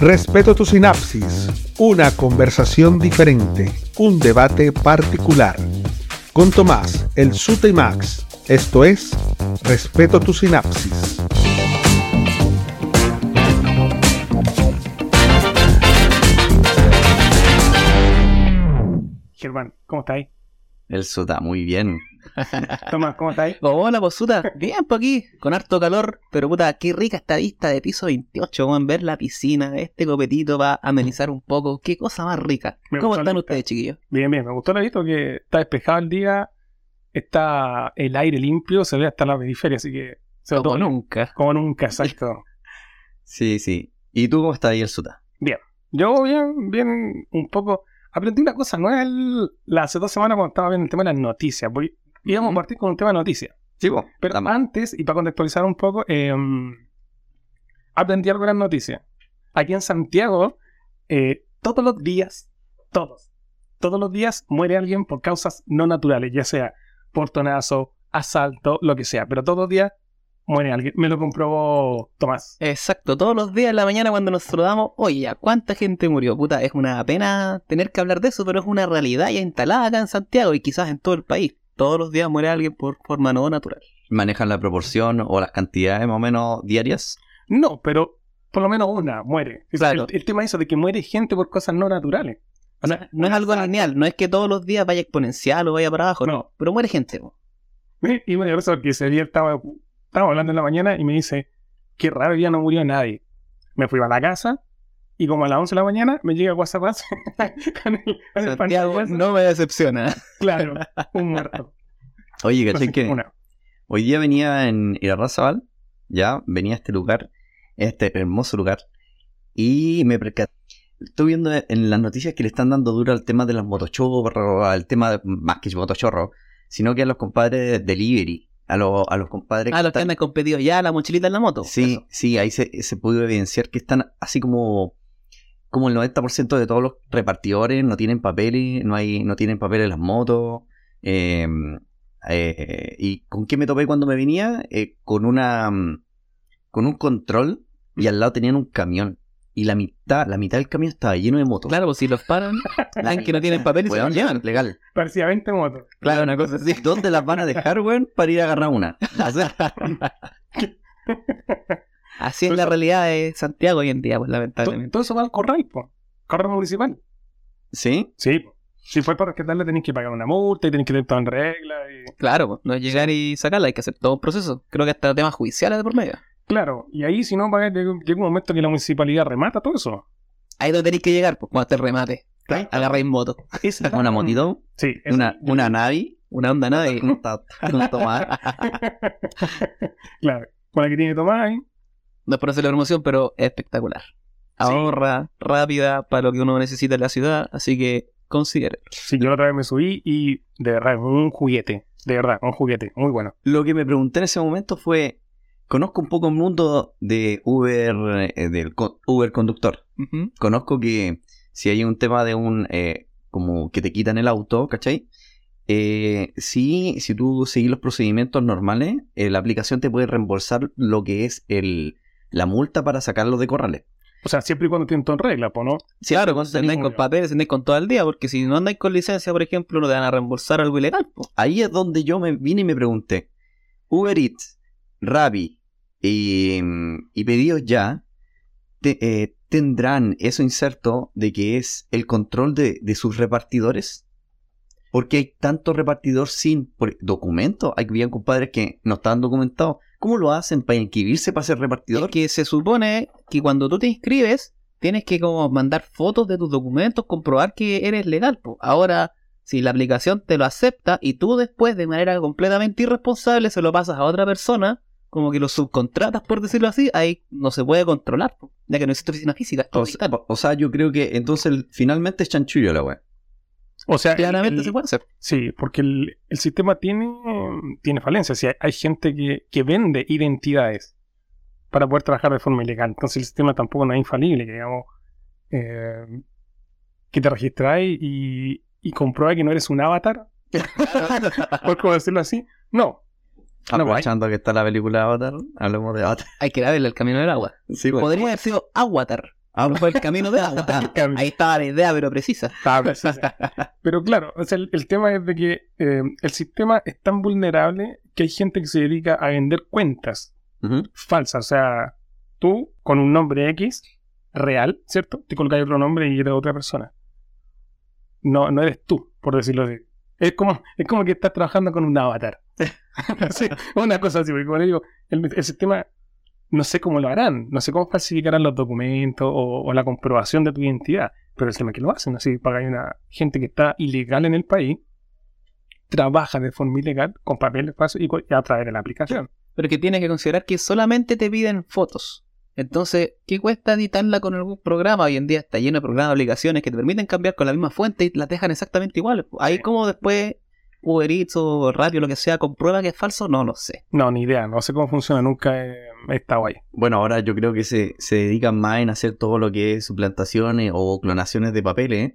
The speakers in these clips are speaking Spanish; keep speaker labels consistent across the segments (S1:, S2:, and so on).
S1: Respeto tu sinapsis, una conversación diferente, un debate particular. Con Tomás, el Sute y Max, esto es Respeto tu sinapsis.
S2: Germán, ¿cómo está ahí?
S3: El Suta, muy bien.
S2: Tomás, ¿cómo está ahí?
S3: Hola, pues Suta, bien por aquí, con harto calor, pero puta, qué rica esta vista de piso 28, weón, ver la piscina, este copetito va a amenizar un poco, qué cosa más rica.
S2: Me
S3: ¿Cómo
S2: gustó la
S3: están
S2: vista.
S3: ustedes, chiquillos?
S2: Bien, bien, me gustó la vista que está despejado el día, está el aire limpio, se ve hasta la periferia, así que se ve
S3: Como
S2: todo bien.
S3: nunca.
S2: como nunca, exacto.
S3: Sí, sí. ¿Y tú cómo estás ahí, el Suta?
S2: Yo bien, bien, un poco, aprendí una cosa nueva el- la hace dos semanas cuando estaba viendo el tema de las noticias, voy, íbamos a
S3: Ujú.
S2: partir con un tema de noticias,
S3: Chico,
S2: pero ah. antes, y para contextualizar un poco, eh, aprendí algo de las noticias. Aquí en Santiago, eh, todos los días, todos, todos los días muere alguien por causas no naturales, ya sea portonazo, asalto, lo que sea, pero todos los días muere alguien. Me lo comprobó Tomás.
S3: Exacto, todos los días en la mañana cuando nos saludamos, oye, ¿a cuánta gente murió? Puta, es una pena tener que hablar de eso, pero es una realidad ya instalada acá en Santiago y quizás en todo el país. Todos los días muere alguien por forma no natural.
S4: manejan la proporción o las cantidades más o menos diarias.
S2: No, pero por lo menos una muere. Es-
S3: Claro.
S2: El, el tema es eso de que muere gente por cosas no naturales. O
S3: No,
S2: sea,
S3: no es algo lineal, no es que todos los días vaya exponencial o vaya para abajo, no,
S2: no,
S3: pero muere gente. po.
S2: Y bueno, eso que ese día estaba, estaba hablando en la mañana y me dice, qué raro, hoy día no murió nadie. Me fui a la casa y como a las 11 de la mañana me llega WhatsApp con el, con el
S3: Santiago
S2: pantallazo.
S3: no me decepciona.
S2: Claro, un muerto.
S4: Oye, ¿cachai que
S2: Una.
S4: hoy día venía en Irarrázaval, ya, venía a este lugar, este hermoso lugar, y me percaté. Estoy viendo en las noticias que le están dando duro al tema de los motochorros, al tema de- más que motochorros, sino que a los compadres de delivery, a, los a los
S2: Ah,
S4: compadres
S3: A Ah, los que
S4: están-
S3: andan con pedido ya, la mochilita en la moto.
S4: Sí,
S3: Eso.
S4: sí, ahí se, se pudo evidenciar que están así como, como el 90% de todos los repartidores no tienen papeles, no hay, no tienen papeles las motos. eh, eh, ¿Y con qué me topé cuando me venía? Eh, con una mm, con un control y al lado tenían un camión. Y la mitad, la mitad del camión estaba lleno de motos.
S3: Claro, pues si los paran, dan que no tienen papel y se
S4: Weón,
S3: los llevan.
S4: legal.
S2: Parecía 20 motos.
S3: Claro, una cosa así.
S4: ¿Dónde las van a dejar, weón, para ir a agarrar una? O sea,
S3: Así es la realidad de Santiago hoy en día, pues
S2: To-
S3: lamentablemente.
S2: Todo eso va al corral, po. Corral municipal.
S4: ¿Sí?
S2: Sí, po. Si fue por rescatarla tenés que pagar una multa y tenés que tener todo en regla. y-
S3: Claro, pues, no es llegar y sacarla, hay que hacer todo un proceso. Creo que hasta temas judiciales de por medio.
S2: Claro, y ahí si no pagas, llega llega un momento que la municipalidad remata todo eso.
S3: Ahí es donde tenéis que llegar, pues cuando te remate.
S2: Claro.
S3: Agarráis moto. Mm.
S2: Es
S4: ¿Una motito?
S2: Sí, es-
S4: ¿Una, una Navi?
S3: Una onda nada y
S4: Junta- junto más.
S2: Claro, con la que tiene Tomás ahí.
S3: no es por hacer la promoción, pero es espectacular. Ahorra, rápida, para lo que uno necesita en la ciudad, así que considere.
S2: Sí, yo la otra vez me subí y de verdad, es un juguete. De verdad, un juguete. Muy bueno.
S4: Lo que me pregunté en ese momento fue, conozco un poco el mundo de Uber, eh, del co- Uber conductor.
S3: Ujú.
S4: Conozco que si hay un tema de un, eh, como que te quitan el auto, ¿cachai? Eh, si, si tú seguís los procedimientos normales, eh, la aplicación te puede reembolsar lo que es el, la multa para sacarlo de corrales.
S2: O sea, siempre y cuando tienen todo en regla, po, ¿no?
S3: claro, cuando andáis con
S2: ningún-
S3: papeles, andáis con todo el día, porque si no andáis con licencia, por ejemplo, no te van a reembolsar algo ilegal. po.
S4: Ahí es donde yo me vine y me pregunté, Uber Eats, Rappi y, y pedidos ya, te- eh, ¿tendrán eso inserto de que es el control de, de sus repartidores? Porque hay tanto repartidor sin por- documento. Hay bien compadres que no están documentados. ¿Cómo lo hacen para inscribirse para ser repartidor?
S3: Es que se supone que cuando tú te inscribes, tienes que como mandar fotos de tus documentos, comprobar que eres legal. po. Ahora, si la aplicación te lo acepta y tú después de manera completamente irresponsable se lo pasas a otra persona, como que lo subcontratas, por decirlo así, ahí no se puede controlar, po, ya que no existe oficina física. es todo
S4: O, sea,
S3: digital.
S4: o sea, yo creo que entonces finalmente es chanchullo la web.
S3: Ah,
S2: O sea,
S3: Claramente
S2: el-
S3: se puede hacer.
S2: Sí, porque el, el sistema tiene, tiene falencias. Sí, hay, hay gente que, que vende identidades para poder trabajar de forma ilegal. Entonces el sistema tampoco no es infalible, que digamos. eh, que te registráis y, y comprueba que no eres un avatar, por cómo decirlo así. No. No, pues,
S4: Aprovechando que está la película Avatar, hablamos de Avatar.
S3: Hay que ir a verla, el camino del agua.
S4: Sí, pues. bueno.
S3: Podría haber sido Aguatar. Ah, no fue el camino de agua. Ah, Ahí estaba la idea, pero precisa.
S2: Estaba Pero claro, o sea, el, el tema es de que eh, el sistema es tan vulnerable que hay gente que se dedica a vender cuentas
S4: Ujú.
S2: falsas. O sea, tú con un nombre X real, ¿cierto? Te colgáis otro nombre y eres otra persona. No, no eres tú, por decirlo así. Es como, es como que estás trabajando con un avatar. Sí, una cosa así, porque como le digo, el, el sistema no sé cómo lo harán, no sé cómo falsificarán los documentos o, o la comprobación de tu identidad, pero el tema es que lo hacen, así pagáis una gente que está ilegal en el país, trabaja de forma ilegal con papeles falsos y, co- y a través de la aplicación.
S3: Pero que tienes que considerar que solamente te piden fotos. Entonces, ¿qué cuesta editarla con algún programa? Hoy en día está lleno de programas, aplicaciones que te permiten cambiar con la misma fuente y las dejan exactamente iguales. Ahí como después Uber Eats o Radio, lo que sea, comprueba que es falso, no lo sé.
S2: No, ni idea, no sé cómo funciona, nunca he, he estado ahí.
S4: Bueno, ahora yo creo que se, se dedican más en hacer todo lo que es suplantaciones o clonaciones de papeles.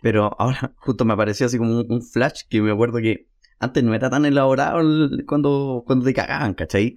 S4: Pero ahora justo me apareció así como un, un flash que me acuerdo que antes no era tan elaborado el- cuando, cuando te cagaban, ¿cachai?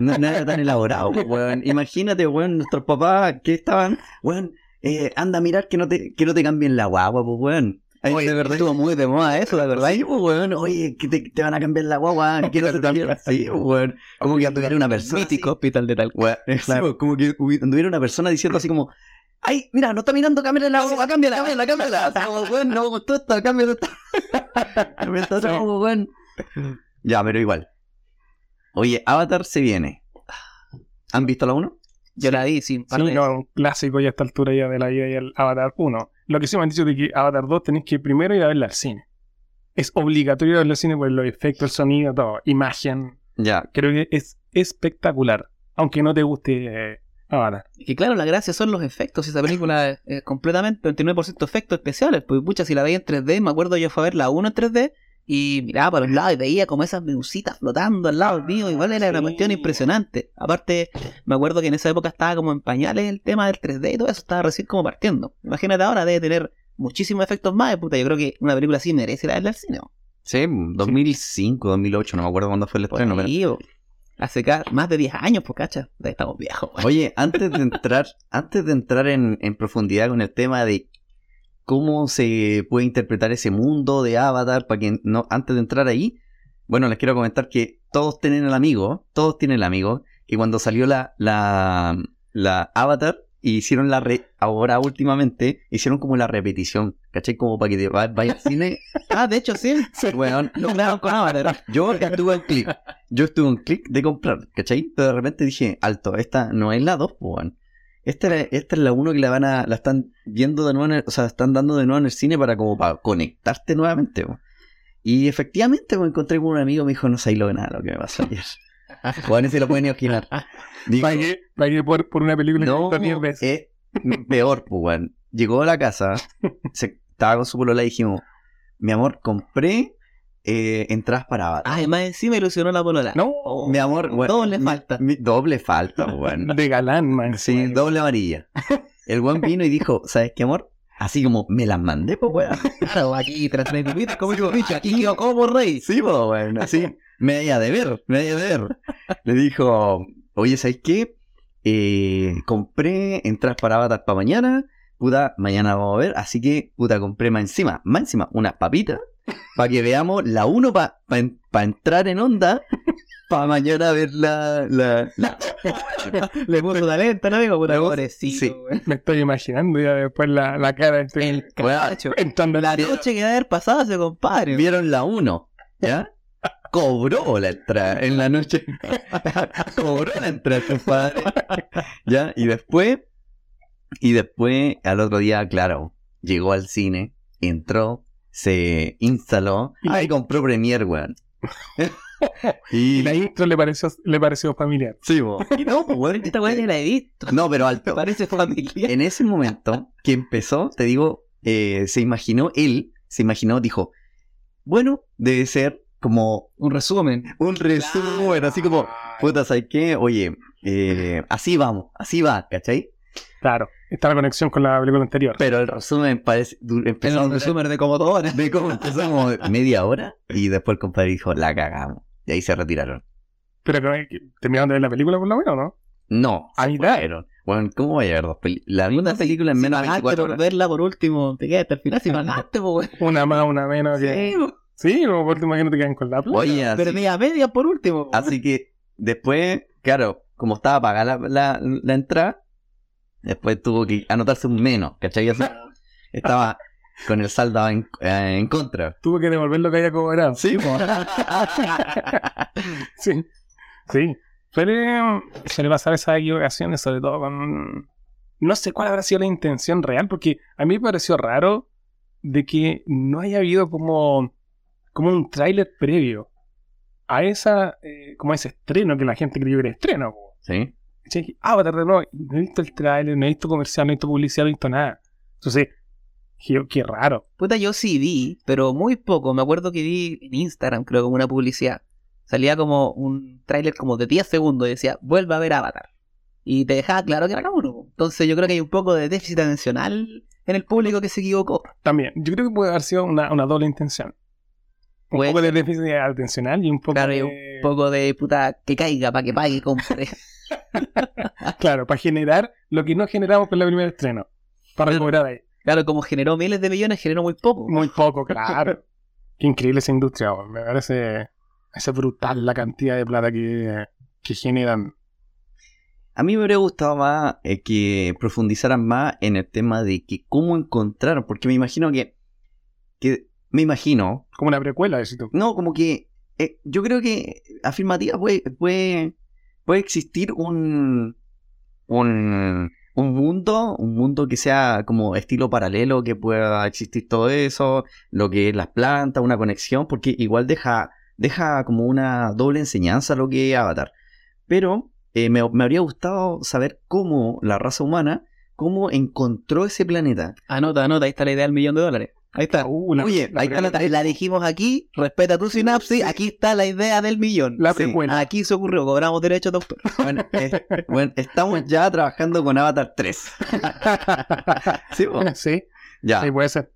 S4: No, no era tan elaborado, weón. Imagínate, weón, nuestros papás que estaban, weón, eh, anda a mirar que no te, que no te cambien la guagua, pues, weón. Ay,
S3: Oye,
S4: de verdad.
S3: estuvo muy de moda eso, la verdad.
S4: Sí, pues, weón, oye, que te, te van a cambiar la guagua, que no se te pierda. Sí, pues, weón. Como que anduviera una persona. así,
S3: Mítico hospital de tal.
S4: Weón, sí, pues, como que hubi- anduviera una persona diciendo así como, ay, mira, no está mirando, cámbiala la guagua, cámbiala, cámbiala, cámbiala. Así como, weón, no me gustó esto, cámbiala esta. Me está así como, pues, weón. Ya, pero igual. Oye, Avatar se viene. ¿Han visto la 1?
S3: Yo la vi sin
S2: Sí, no, un clásico ya a esta altura ya de la vida y el Avatar 1. Lo que sí me han dicho de que Avatar 2 tenés que primero ir a verla al cine. Es obligatorio ir a verla al cine por los efectos, el sonido, todo, imagen.
S4: Ya.
S2: Creo que es espectacular, aunque no te guste eh, Avatar.
S3: Y claro, la gracia son los efectos. Esa película es, es completamente 29% efectos especiales. Pues mucha, si la veía en 3D, me acuerdo yo fui a ver la 1 en 3D y miraba para los lados y veía como esas medusitas flotando al lado mío. Igual era una
S2: Sí.
S3: cuestión impresionante. Aparte, me acuerdo que en esa época estaba como en pañales el tema del 3D y todo eso, estaba recién como partiendo. Imagínate ahora, debe tener muchísimos efectos más. y Puta, yo creo que una película así merece la verla al cine.
S4: Sí, 2005, 2008, no me acuerdo cuándo fue el
S3: Pues,
S4: estreno. pero-
S3: ahí, bo. Hace ca- más de 10 años, pues cacha. Ya Estamos viejos. bo.
S4: Oye, antes de entrar, antes de entrar en, en profundidad con el tema de cómo se puede interpretar ese mundo de Avatar, para que no, antes de entrar ahí, bueno, les quiero comentar que todos tienen el amigo, todos tienen el amigo, que cuando salió la, la, la Avatar, hicieron la re- ahora últimamente, hicieron como la repetición, ¿cachai? Como para que te va- vayas al cine,
S3: Ah, de hecho, sí.
S4: weón,
S3: Lo grabaron con Avatar.
S4: yo estuve en clic. Yo estuve en clic de comprar, ¿cachai? Pero de repente dije, alto, esta no es la 2, pues, weón. Esta, era- esta es la 1 que la van a. La están viendo de nuevo, en el- o sea, están dando de nuevo en el cine para como para conectarte nuevamente, weón. Y efectivamente me encontré con un amigo me dijo, no sabía lo de nada lo que me pasó ayer. Weón, se lo pueden imaginar. Digo,
S2: Pagué, pagué por, por una película
S4: no,
S2: que he visto 10 veces.
S4: es peor, pues, weón. Llegó a la casa, se, estaba con su polola y dijimos, mi amor, compré eh, entradas para Avatar.
S3: Además, encima ilusionó la polola.
S2: No,
S3: oh.
S4: Mi amor, weón,
S3: Doble
S4: mi-
S3: falta.
S4: mi- doble falta, weón.
S2: de galán, man.
S4: Sí,
S2: Bueno,
S4: doble amarilla. El weón vino y dijo, ¿sabes qué, amor? Así como, me las mandé, pues, weón.
S3: Claro, aquí tras tres minutos, como yo dicho, aquí yo como rey.
S4: Sí, pues, weón, así. Me voy a deber, me voy a deber. Le dijo, oye, ¿sabes qué? Eh, compré entradas para Avatar para mañana. Puta, mañana vamos a ver. Así que, puta, compré más encima, más encima, unas papitas. Para que veamos la 1 para entrar en onda. Para mañana ver la- la,
S3: Le puso talento, ¿no, amigo? Puta,
S4: Le puso-
S3: pobrecito.
S4: sí.
S3: güey.
S2: Me estoy imaginando ya después la, la cara de este-
S3: El
S4: Bueno,
S3: cacho.
S2: entrando en
S3: La noche que va a haber pasado ese compadre.
S4: Vieron la 1, ¿ya? Cobró la entrada en la noche. Cobró la entrada, compadre. ¿Ya? Y después, y después, al otro día, claro, llegó al cine, entró, se instaló
S2: Y la-
S4: y compró Premiere, weón.
S2: Y
S4: y
S2: la intro le pareció, le pareció familiar.
S4: sí, bo. Y no, pues, weón,
S3: Esta weá ni la he visto.
S4: No, pero alto.
S3: Parece familiar.
S4: En ese momento que empezó, te digo, eh, se imaginó él, se imaginó, dijo, bueno, debe ser como
S3: Un resumen.
S4: un resumen, así como, puta, ¿sabes qué? Oye, eh, así vamos, así va, ¿cachai?
S2: Claro, está la conexión con la película anterior.
S4: Pero el resumen parece, du- empezó
S3: Era un resumen de como dos horas.
S4: de cómo empezamos media hora y después el compadre dijo, la cagamos. Y ahí se retiraron.
S2: Pero creo que terminaron de ver la película por lo menos, ¿no?
S4: No,
S2: A mitad.
S4: fueron. Bueno, ¿cómo voy a ver dos películas? La misma película en
S3: Si
S4: menos de
S3: pagaste
S4: 24
S3: por
S4: horas.
S3: verla por último, te quedas hasta el final si pagaste, po, weón.
S2: Una más, una menos. que-
S3: Sí, po.
S2: Sí, como por último que no te quedan con la plata.
S4: Oye, así,
S3: Perdí a media por último. po.
S4: así que después, claro, como estaba pagada la, la- la entrada, después tuvo que anotarse un menos, ¿cachai? Así, estaba con el saldo en, eh, en contra.
S2: Tuve que devolver lo que había cobrado.
S4: Sí, po.
S2: Sí. Sí. Suele, suele pasar esas equivocaciones, sobre todo con... No sé cuál habrá sido la intención real, porque a mí me pareció raro de que no haya habido como, como un tráiler previo a esa eh, como a ese estreno que la gente creyó que era estreno. po.
S4: sí.
S2: ¿Cachai? ah, Avatar de nuevo, no he visto el tráiler, no he visto comercial, no he visto publicidad, no he visto nada. Entonces, dije yo, qué raro.
S3: Puta, yo sí vi, pero muy poco. Me acuerdo que vi en Instagram, creo, como una publicidad. Salía como un tráiler como de 10 segundos y decía, vuelve a ver Avatar. Y te dejaba claro que era uno. po. Entonces yo creo que hay un poco de déficit atencional en el público que se equivocó.
S2: También, yo creo que puede haber sido una, una doble intención. Un
S3: Puede
S2: poco de déficit atencional y un poco
S3: Pues, Claro, y
S2: de...
S3: un poco de puta que caiga para que pague y compre.
S2: Claro, para generar lo que no generamos con la primera estreno. Para recuperar ahí.
S3: claro, como generó miles de millones, generó muy poco.
S2: Muy poco, claro. Qué increíble esa industria, weón. me parece es brutal la cantidad de plata que, que generan.
S4: A mí me hubiera gustado más eh, que profundizaran más en el tema de que cómo encontraron, porque me imagino que, que me imagino,
S2: Como una precuela, decís tú.
S4: no, como que eh, yo creo que afirmativa puede, puede, puede existir un, un, un mundo, un mundo que sea como estilo paralelo, que pueda existir todo eso, lo que es las plantas, una conexión, porque igual deja, deja como una doble enseñanza lo que es Avatar. Pero eh, me, me habría gustado saber cómo la raza humana, cómo encontró ese planeta.
S3: Anota, anota, ahí está la idea del millón de dólares. Ahí está.
S2: Uh, la-
S4: Oye,
S2: la
S4: ahí
S2: precuela.
S4: está
S3: La, la dijimos aquí, respeta tu sinapsis, aquí está la idea del millón.
S2: La
S4: sí.
S2: precuela.
S3: Aquí se ocurrió, cobramos derechos de autor.
S4: Bueno, es- bueno, estamos ya trabajando con Avatar 3. sí, po.
S2: sí,
S3: Ah,
S4: ya.
S2: sí, puede ser.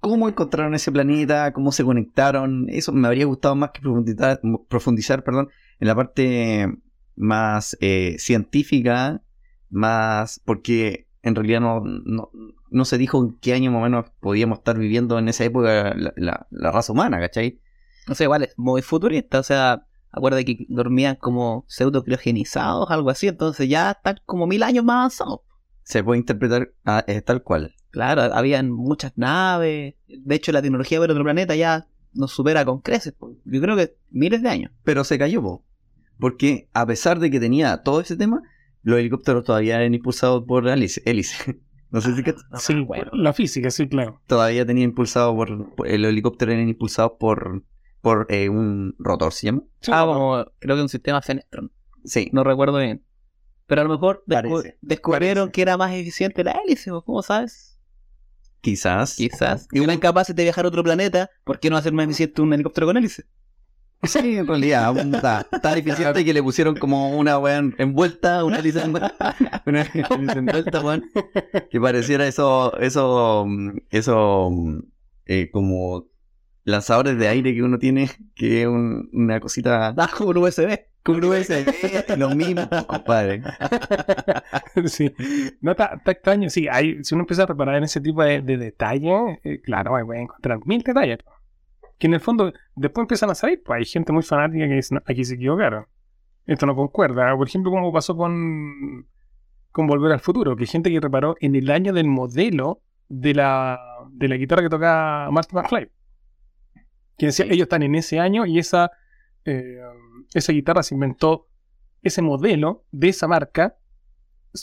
S4: ¿Cómo encontraron ese planeta? ¿Cómo se conectaron? Eso me habría gustado más que profundizar, profundizar perdón, en la parte más eh, científica, más porque en realidad no, no, no se dijo en qué año más o menos podíamos estar viviendo en esa época la, la- la raza humana, ¿cachai?
S3: No sé, igual es muy futurista, o sea, acuérdate que dormían como pseudo criogenizados, algo así, entonces ya están como mil años más avanzados.
S4: Se puede interpretar ah, eh, tal cual.
S3: Claro, habían muchas naves, de hecho la tecnología del otro planeta ya nos supera con creces, po. yo creo que miles de años.
S4: Pero se cayó, po. porque a pesar de que tenía todo ese tema, los helicópteros todavía eran impulsados por hélice. hélice. No sé si cach-
S3: No me
S2: sí,
S3: acuerdo.
S2: la física, sí, claro.
S4: todavía tenía impulsado por, por- el helicóptero era impulsado por por eh, un rotor se llama
S2: Sí,
S3: Ah,
S2: no,
S3: como creo que un sistema Fenestron,
S4: sí
S3: no recuerdo bien. Pero a lo mejor descu-
S4: Parece,
S3: descubrieron
S2: parece.
S3: que era más eficiente la hélice, po, ¿cómo sabes?
S4: quizás
S3: Quizás. Y eran capaces de viajar a otro planeta, ¿por qué no hacer más eficiente un helicóptero con hélice?
S4: sí en realidad aún está tan eficiente que le pusieron como una weón envuelta una hélice envuelta, una hélice envuelta weón, que pareciera eso eso mm, eso mm, eh, como lanzadores de aire que uno tiene que es un- una cosita
S3: Ah, como un USB.
S4: como un USB, lo mismo compadre
S2: sí. No, está, está extraño. Sí, hay, si uno empieza a reparar en ese tipo de, de detalles, eh, claro, ahí voy a encontrar mil detalles. Que en el fondo, después empiezan a salir, pues hay gente muy fanática que dice, "No, aquí se equivocaron. Esto no concuerda. Por ejemplo, como pasó con, con Volver al Futuro, que hay gente que reparó en el año del modelo de la, de la guitarra que toca Marty McFly. Que decía, ellos están en ese año y esa, eh, esa guitarra se inventó ese modelo de esa marca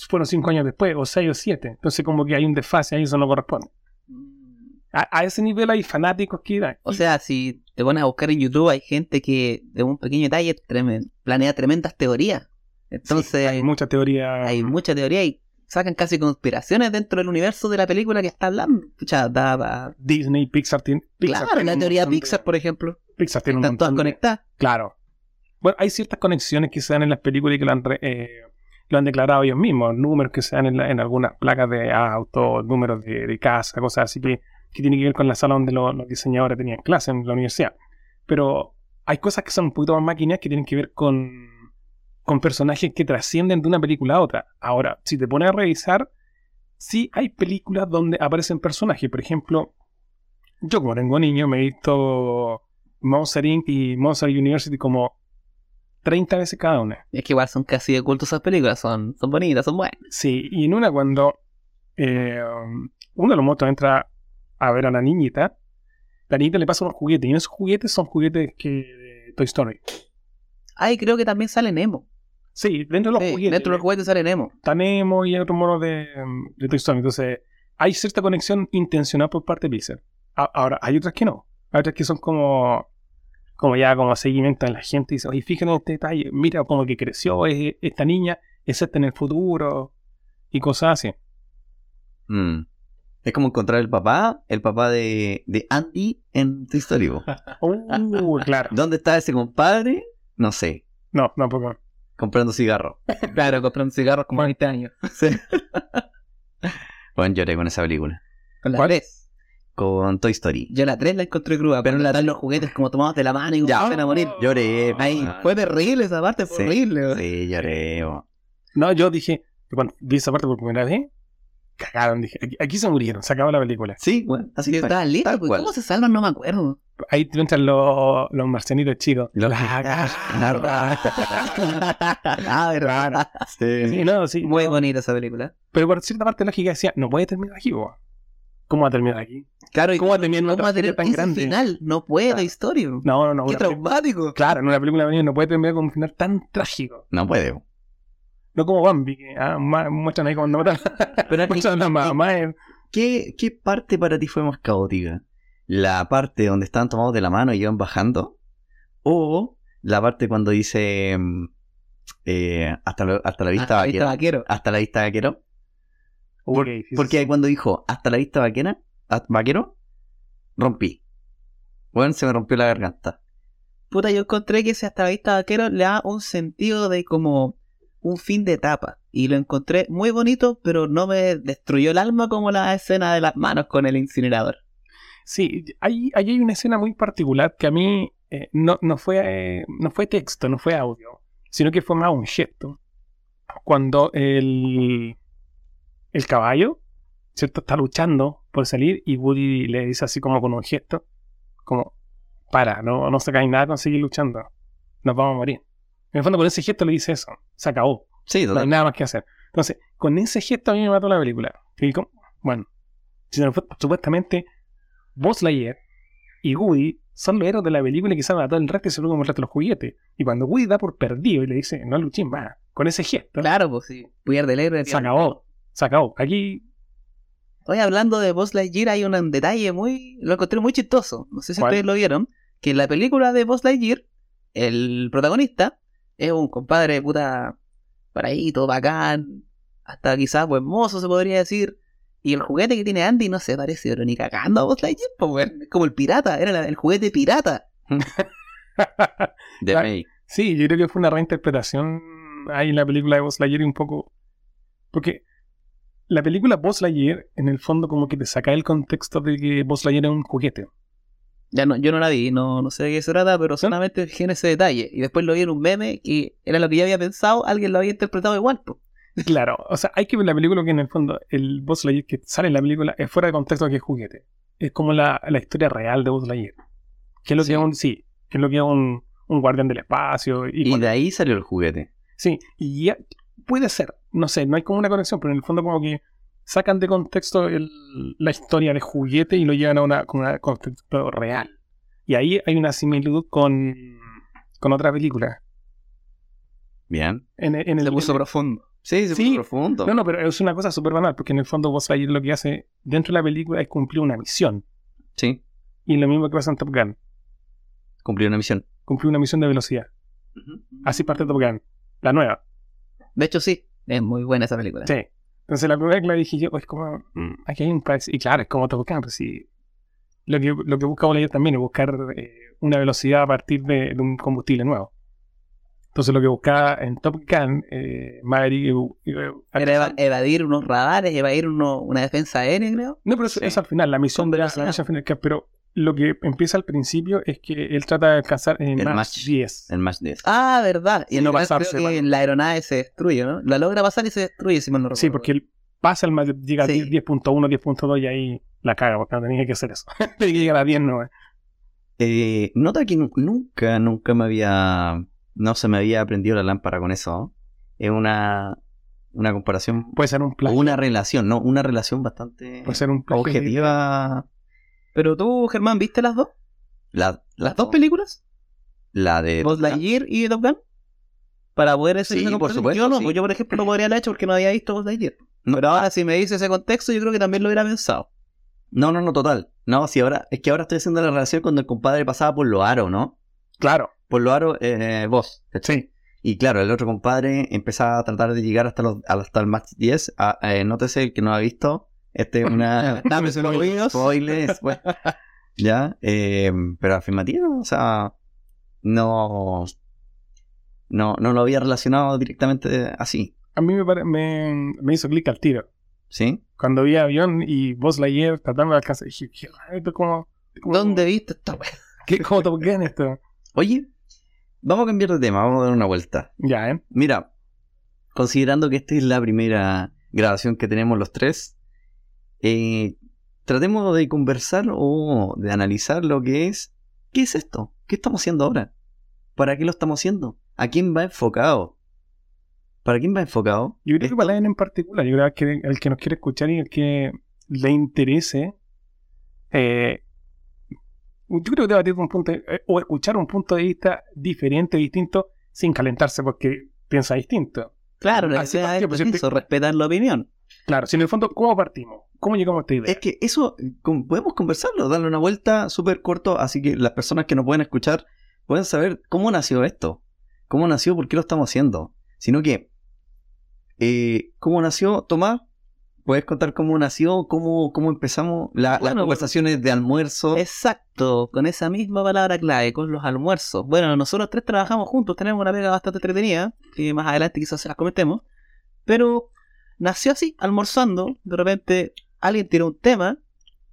S2: fueron cinco años después, o seis o siete. Entonces, como que hay un desfase ahí, eso no corresponde.
S3: Mm.
S2: A, a ese nivel hay fanáticos que irán.
S3: O sea, si te pones a buscar en YouTube, hay gente que de un pequeño detalle tremen- planea tremendas teorías. Entonces, hay,
S2: hay mucha teoría.
S3: hay mucha teoría y sacan casi conspiraciones dentro del universo de la película que está hablando. Pucha, da pa-
S2: Disney, Pixar, tiene. Pixar
S3: Claro,
S2: tiene
S3: la
S2: un
S3: teoría
S2: montón de-
S3: Pixar, por ejemplo.
S2: Pixar tiene un
S3: Están todas
S2: montón de-
S3: conectadas.
S2: Claro. Bueno, hay ciertas conexiones que se dan en las películas y que lo han, re- eh, lo han declarado ellos mismos. Números que se dan en, la- en algunas placas de auto, números de, de casa, cosas así que, que tienen que ver con la sala donde lo- los diseñadores tenían clase en la universidad. Pero hay cosas que son un poquito más máquinas que tienen que ver con, con personajes que trascienden de una película a otra. Ahora, si te pones a revisar, sí hay películas donde aparecen personajes. Por ejemplo, yo como tengo niño me he visto Monster Inc. y Monster University como 30 veces cada una.
S3: Es que igual son casi de culto esas películas, son, son bonitas, son buenas.
S2: Sí, y en una cuando eh, uno de los motos entra a ver a la niñita, la niñita le pasa unos juguetes, y esos juguetes son juguetes que de Toy Story.
S3: Ay, creo que también sale Nemo.
S2: Sí, dentro de los
S3: Sí,
S2: juguetes.
S3: dentro de los juguetes sale Nemo.
S2: está Nemo y hay otro mono de, mm, de Toy Story. Entonces, hay cierta conexión intencional por parte de Pixar. A- Ahora, hay otras que no. Hay otras que son como, como ya como seguimiento de la gente. Y dicen, oye, fíjate en este detalle. Mira como que creció es- esta niña. Es esta en el futuro. Y cosas así.
S4: Mm. Es como encontrar el papá, el papá de, de Andy en tu historia.
S2: Uh, claro.
S4: ¿Dónde está ese compadre? No sé,
S2: No, tampoco.
S4: comprando cigarro.
S3: Claro, comprando cigarros como 20 años.
S4: Sí. bueno, lloré con esa película.
S3: Con la
S2: ¿Cuál?
S3: 3.
S4: Con Toy Story.
S3: Yo la 3 la encontré cruda, pero la 3 los juguetes como tomados de la mano y
S4: Ya.
S3: ya a morir.
S2: Oh.
S4: Lloré.
S3: Ay,
S2: pues,
S4: man.
S3: fue terrible esa parte, fue
S4: Sí,
S3: horrible. weón.
S4: Sí, lloré. bo.
S2: No, yo dije, cuando vi esa parte por primera vez, cagaron. Dije, aquí, aquí se murieron. Se acabó la película.
S4: Sí, bueno, así
S3: Sí,
S4: fue.
S3: estaba listo,
S4: Tal
S3: pues,
S4: cual.
S3: ¿cómo se salvan? No me acuerdo.
S2: Ahí te entran los, los marcianitos chicos.
S4: Los-
S2: La-
S4: La rata.
S3: ah, verdad.
S2: Sí, no, sí.
S3: Muy bonita esa película.
S2: Pero por cierta parte lógica decía, no puede terminar aquí, bo. ¿Cómo va a terminar aquí?
S3: Claro,
S2: ¿Cómo va a terminar en
S3: vamos
S2: otra
S3: a tener
S2: película tan
S3: ese
S2: grande?
S3: final? No puede, la historia.
S2: No, no, no.
S3: Qué
S2: una peli-
S3: traumático.
S2: Claro, en una película de anime no puede terminar con un final tan trágico.
S4: No puede. bo.
S2: No como Bambi, que ah, ma- muestran ahí cuando matan
S4: Pero
S2: muestran a la mamá. eh.
S4: ¿Qué, ¿Qué parte para ti fue más caótica? ¿La parte donde están tomados de la mano y van bajando? ¿O la parte cuando dice mm, eh, hasta, lo- hasta la vista
S3: Ah,
S4: vaquera?
S3: vaquero.
S4: ¿Hasta la vista vaquero?
S2: Ok, sí,
S4: Porque
S2: sí.
S4: cuando dijo hasta la vista vaquera, a- vaquero, rompí. Bueno, se me rompió la garganta.
S3: Puta, yo encontré que ese hasta la vista vaquero le da un sentido de como un fin de etapa. Y lo encontré muy bonito, pero no me destruyó el alma como la escena de las manos con el incinerador.
S2: Sí, ahí, ahí hay una escena muy particular que a mí eh, no, no, fue, eh, no fue texto, no fue audio, sino que fue más un gesto. Cuando el, el caballo, ¿cierto? Está luchando por salir y Woody le dice así como con un gesto, como, para, no, no sacáis nada con seguir luchando, nos vamos a morir. En el fondo con ese gesto le dice eso, se acabó,
S4: Sí,
S2: no hay
S4: total.
S2: nada más que hacer. Entonces, con ese gesto a mí me mató la película. Y como- bueno, si no fue- supuestamente, Buzz Lightyear y Woody son los héroes de la película y quizás mató el resto y se lo como el resto de los juguetes. Y cuando Woody da por perdido y le dice, no luché más, con ese gesto,
S3: Claro, pues sí. Pierde el héroe.
S2: se acabó, se acabó. Aquí,
S3: Hoy hablando de Buzz Lightyear hay un detalle muy... Lo encontré muy chistoso. No sé si
S2: ¿Cuál?
S3: ustedes lo vieron. Que en la película de Buzz Lightyear, el protagonista es un compadre de puta paraíto, bacán. Hasta quizás buen mozo se podría decir. Y el juguete que tiene Andy no se parece pero ni cagando a Buzz Lightyear. po, weón. Es como el pirata. Era la- el juguete pirata.
S4: De
S2: la-
S4: May.
S2: sí, yo creo que fue una reinterpretación ahí en la película de Buzz Lightyear y un poco... Porque la película Buzz Lightyear, en el fondo, como que te saca el contexto de que Buzz Lightyear es un juguete.
S3: Ya no, yo no la vi, no, no sé de qué se trata, pero solamente fijé en ese detalle. Y después lo vi en un meme que era lo que yo había pensado, alguien lo había interpretado igual. po.
S2: Claro, o sea, hay que ver la película que en el fondo el Buzz Lightyear que sale en la película es fuera de contexto que es juguete. Es como la, la historia real de Buzz Lightyear. Que es lo que es un, sí, que es lo que es un, un guardián del espacio. Y,
S4: Y de ahí salió el juguete.
S2: sí, y ya- puede ser, no sé, no hay como una conexión, pero en el fondo como que sacan de contexto el- la historia de juguete y lo llevan a una, con un contexto real. Y ahí hay una similitud con, con otra película.
S4: Bien.
S2: En, el- en el,
S3: Se puso
S2: en-
S3: profundo.
S4: Sí, se
S2: Sí.
S4: puso profundo.
S2: No, no, pero es una cosa súper banal, porque en el fondo Buzz Lightyear lo que hace dentro de la película es cumplir una misión.
S4: Sí,
S2: Y lo mismo que pasa en Top Gun,
S4: cumplió una misión.
S2: cumplir una misión de velocidad. Así parte Top Gun, la nueva.
S3: De hecho, sí, es muy buena esa película.
S2: Sí. Entonces la primera que la dije yo, es como, mm, aquí hay un país. Y claro, es como Top Gun, pues sí. Lo que, lo que busca Buzz Lightyear también es buscar eh, una velocidad a partir de, de un combustible nuevo. Entonces lo que buscaba en Top Gun, eh, Maverick... eh, eh,
S3: Era eva- evadir unos radares, evadir uno- una defensa aérea, creo.
S2: No, pero eso
S4: Sí.
S2: es al final, la misión
S3: Con
S2: de la,
S3: velocidad.
S2: la misión final, que- pero lo que empieza al principio es que él trata de alcanzar en
S4: El
S2: más
S4: match.
S2: 10.
S4: El match 10.
S3: Ah, verdad. Y
S2: Sí,
S3: en
S2: no
S3: verdad
S2: pasarse,
S3: creo que
S2: bueno.
S3: la aeronave se destruye, ¿no? La logra pasar y se destruye, si mal no recuerdo.
S2: Sí, porque él pasa al match, llega
S3: Sí.
S2: a 10- 10.1, 10.2 y ahí la caga, porque no tenía que hacer eso. Tenía que llegar a 10, no.
S4: Eh, nota que nu- nunca, nunca me había. No se me había aprendido la lámpara con eso. ¿no? Es una, una comparación.
S2: Puede ser un
S4: O
S2: Pues, plagio.
S4: una relación, ¿no? Una relación bastante
S2: Puede ser un plagio.
S4: objetiva.
S3: Pero tú, Germán, ¿viste las dos?
S4: La-
S3: ¿Las dos películas?
S4: La de.
S3: Buzz Lightyear y Top Gun. Para poder hacer
S4: Eh, Sí,
S3: una
S4: por
S3: comparación.
S4: supuesto,
S3: Yo no,
S4: sí.
S3: pues yo por ejemplo no podría haber hecho porque no había visto Buzz Lightyear.
S4: No.
S3: Pero ahora si me dice ese contexto, yo creo que también lo hubiera pensado.
S4: No, no, no, total. No, si ahora. Es que ahora estoy haciendo la relación cuando el compadre pasaba por lo aro, ¿no?
S2: Claro,
S4: Por lo aro, eh, vos.
S2: sí.
S4: Y claro, el otro compadre empezaba a tratar de llegar hasta, los, hasta el match 10. A, eh, nótese el que no ha visto. Este es una.
S3: Dame sus oídos.
S4: Spoilers, pues. ya, eh, pero afirmativo, o sea, no, no, no lo había relacionado directamente así,
S2: A mí me, pare- me, me hizo clic al tiro.
S4: ¿sí?
S2: Cuando vi a avión y Buzz Lightyear tratando de alcanzar, dije, "Qué raro, esto es como...
S3: ¿Dónde viste esta wea?
S2: ¿Qué, ¿Cómo Top Gun esto?
S4: Oye, vamos a cambiar de tema, vamos a dar una vuelta.
S2: Ya, ¿eh?
S4: Mira, considerando que esta es la primera grabación que tenemos los tres, eh, tratemos de conversar o de analizar lo que es, ¿qué es esto? ¿Qué estamos haciendo ahora? ¿Para qué lo estamos haciendo? ¿A quién va enfocado? ¿Para quién va enfocado?
S2: Yo creo
S4: Esto-
S2: que para él en particular, yo creo que el que nos quiere escuchar y el que le interese, eh, yo creo que debatir un punto, de- eh, o escuchar un punto de vista diferente, distinto, sin calentarse porque piensa distinto.
S3: Claro, la
S2: Así
S3: idea
S2: partió,
S3: es
S2: pues, este-
S3: eso, respetar la opinión.
S2: Claro, si en el fondo, ¿cómo partimos? ¿Cómo llegamos a esta idea?
S4: Es que eso con- podemos conversarlo, darle una vuelta súper corto, así que las personas que nos pueden escuchar pueden saber cómo nació esto, cómo nació, por qué lo estamos haciendo, sino que eh, cómo nació, Tomás, puedes contar cómo nació, cómo, cómo empezamos la- las
S3: Bueno,
S4: conversaciones de almuerzo.
S3: Exacto, con esa misma palabra clave, con los almuerzos. Bueno, nosotros tres trabajamos juntos, tenemos una pega bastante entretenida, que más adelante quizás se las comentemos. Pero nació así, almorzando, de repente alguien tiró un tema,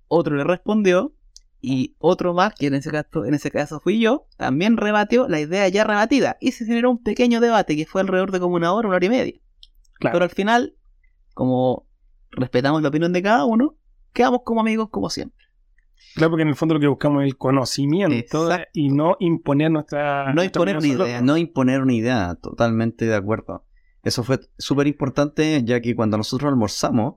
S3: otro le respondió, y otro más, que en ese caso, en ese caso fui yo, también rebatió la idea ya rebatida, y se generó un pequeño debate que fue alrededor de como una hora, una hora y media.
S2: Claro.
S3: Pero al final, como respetamos la opinión de cada uno, quedamos como amigos como siempre.
S2: Claro, porque en el fondo lo que buscamos es el conocimiento eh,
S3: Exacto.
S2: y no imponer nuestra...
S3: No
S2: nuestra
S3: imponer
S2: opinión
S3: ni
S2: sobre
S3: idea.
S2: otro.
S4: No imponer una idea, totalmente de acuerdo. Eso fue súper importante, ya que cuando nosotros almorzamos,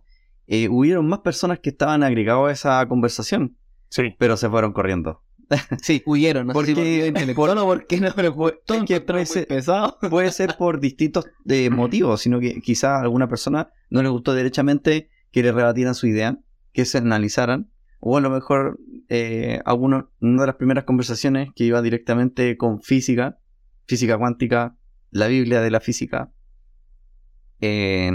S4: eh, hubieron más personas que estaban agregados a esa conversación,
S2: Sí,
S4: pero se fueron corriendo.
S3: Sí, huyeron, no
S4: Porque-
S3: sé si por- por no, porque no, pero fue todo
S4: que
S3: encontró
S4: parece-
S3: muy pesado.
S4: puede ser por distintos eh, motivos, sino que quizás a alguna persona no le gustó derechamente que le rebatieran su idea, que se analizaran, o a lo mejor eh, alguno- una de las primeras conversaciones que iba directamente con física, física cuántica, la Biblia de la física. Eh,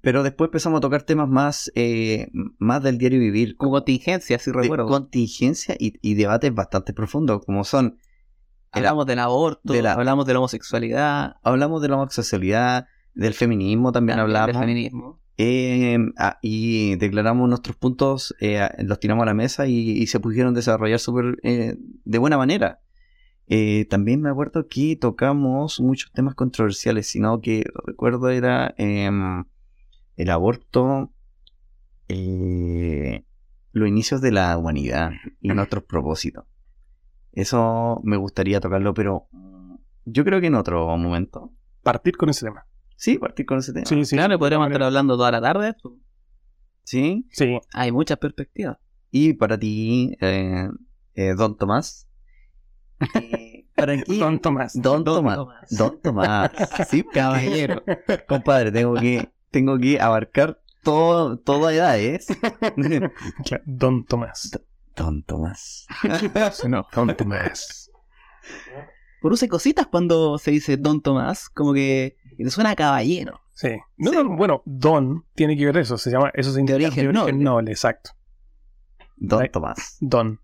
S4: pero después empezamos a tocar temas más, eh, más del diario vivir,
S3: Como contingencia, si
S4: de
S3: recuerdo.
S4: contingencia y, y debates bastante profundos, como son
S3: hablamos del aborto,
S4: de la-
S3: hablamos de la homosexualidad,
S4: hablamos de la homosexualidad, del feminismo también
S3: también del
S4: hablamos.
S3: feminismo.
S4: eh, ah, y declaramos nuestros puntos, eh, a- los tiramos a la mesa y, y se pudieron desarrollar súper, eh, de buena manera. Eh, también me acuerdo que tocamos muchos temas controversiales, sino que recuerdo era em, el aborto, eh, los inicios de la humanidad y nuestros propósitos. Eso me gustaría tocarlo, pero mm, yo creo que en otro momento.
S2: partir con ese tema.
S4: Sí, partir con ese tema.
S2: Sí, sí.
S3: claro, podríamos
S2: Vale.
S3: estar hablando toda la tarde.
S4: Sí.
S2: Sí,
S3: Hay muchas perspectivas.
S4: Y para ti, eh, eh, Don Tomás. Eh, para ti,
S2: Don Tomás.
S4: Don Tomás.
S3: Tomás.
S4: Don Tomás. Sí, caballero. Compadre, tengo que, tengo que abarcar todo, toda edad, ¿eh?
S2: Claro, Don Tomás.
S4: Don Tomás.
S2: No, Don Tomás.
S3: Produce cositas cuando se dice Don Tomás, como que te suena a caballero.
S2: Sí. No, no, bueno, don tiene que ver eso. Se llama, eso se indica
S3: origen noble.
S2: exacto.
S4: Don Tomás.
S2: Don.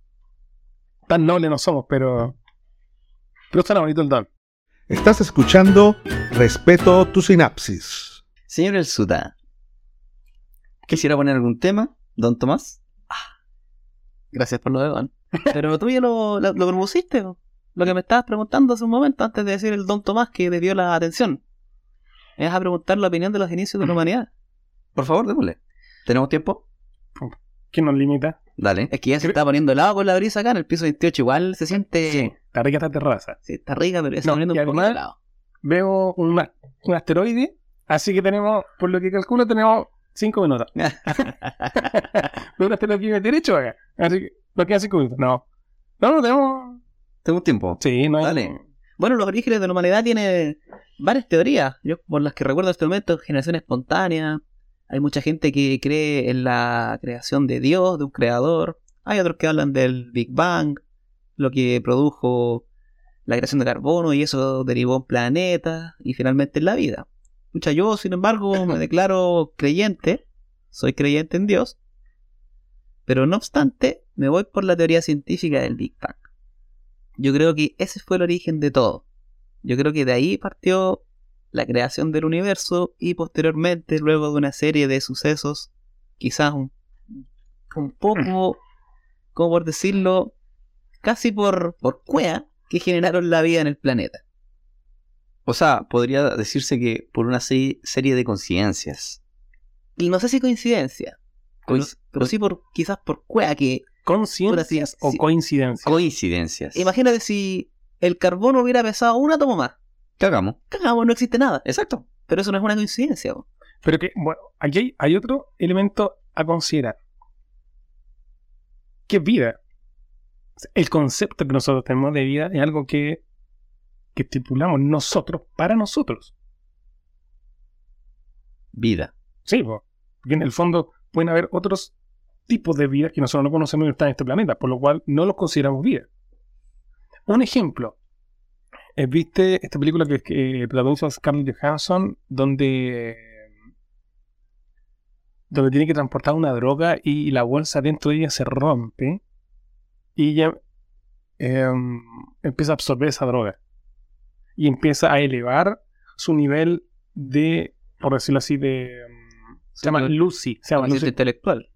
S2: Tan noble no somos, pero. Pero suena bonito el don.
S1: Estás escuchando Respeto tu sinapsis.
S4: Señor El Suta, ¿quisiera poner algún tema, Don Tomás?
S3: Gracias por lo de Don. Pero tú ya lo, lo, lo propusiste, po. lo que me estabas preguntando hace un momento antes de decir el Don Tomás que te dio la atención. Es a preguntar la opinión de los inicios de la humanidad.
S4: Por favor, démosle. ¿Tenemos tiempo?
S2: ¿Quién nos limita?
S4: Dale.
S3: Es que ya se está poniendo helado con la brisa acá en el piso 28. Igual se siente. Sí,
S2: La rica esta terraza.
S3: está rica, pero ya se está
S2: No,
S3: poniendo
S2: y
S3: un poquito
S2: además-
S3: helado.
S2: Veo un, a- un asteroide, así que tenemos, por lo que calculo, tenemos 5 minutos. Veo un asteroide viene derecho acá, así que nos quedan 5 minutos. No, no, no tenemos.
S4: Tenemos tiempo.
S2: Sí, no hay.
S4: Dale.
S3: Bueno, los orígenes de la humanidad tienen varias teorías. Yo, por las que recuerdo hasta el momento, generación espontánea. Hay mucha gente que cree en la creación de Dios, de un creador. Hay otros que hablan del Big Bang, lo que produjo la creación de carbono y eso derivó en planetas y finalmente en la vida. Pucha, yo, sin embargo, me declaro creyente. Soy creyente en Dios. Pero no obstante, me voy por la teoría científica del Big Bang. Yo creo que ese fue el origen de todo. Yo creo que de ahí partió la creación del universo y posteriormente, luego de una serie de sucesos, quizás un, un poco, como por decirlo, casi por, por cuea, que generaron la vida en el planeta.
S4: O sea, podría decirse que por una se- serie de conciencias.
S3: Y no sé si coincidencia, pero,
S4: Coinc-
S3: pero sí por quizás por cuea que
S2: ¿Conciencias
S3: Ahora
S2: o
S3: sí, sí.
S2: coincidencias?
S4: Coincidencias.
S3: imagínate si el carbono hubiera pesado un átomo más.
S4: ¿Qué hagamos?
S3: Cagamos, no existe nada.
S4: Exacto.
S3: Pero eso no es una coincidencia. po.
S2: Pero que, bueno, aquí hay, hay otro elemento a considerar. ¿Qué es vida? O sea, El concepto que nosotros tenemos de vida es algo que, que estipulamos nosotros para nosotros.
S4: Vida.
S2: Sí, po. porque en el fondo pueden haber otros tipos de vida que nosotros no conocemos y no están en este planeta, por lo cual no los consideramos vida. Un ejemplo. Eh, ¿Viste esta película que, que eh, produce Scarlett Johansson donde, donde tiene que transportar una droga y la bolsa dentro de ella se rompe y ella em, empieza a absorber esa droga y empieza a elevar su nivel de, por decirlo así, de... em, Se llama
S3: Su-
S2: Lucy. Se llama
S3: Concepto
S2: Lucy.
S3: intelectual.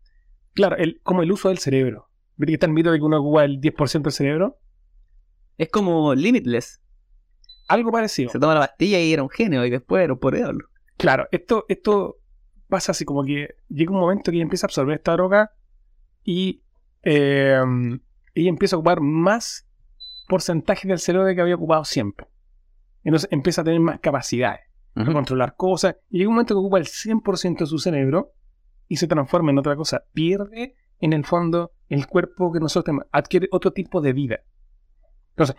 S2: Claro, el, como el uso del cerebro. ¿Viste que está el mito de que uno ocupa el 10% del cerebro?
S3: Es como Limitless.
S2: Algo parecido.
S3: se toma la pastilla y era un genio y después era un pobre diablo.
S2: Claro, esto, esto pasa así como que llega un momento que ella empieza a absorber esta droga y eh, ella empieza a ocupar más porcentaje del cerebro de que había ocupado siempre. Entonces empieza a tener más capacidades a
S4: Ujú.
S2: controlar cosas y llega un momento que ocupa el 100% de su cerebro y se transforma en otra cosa. Pierde en el fondo el cuerpo que nosotros tenemos, adquiere otro tipo de vida. Entonces,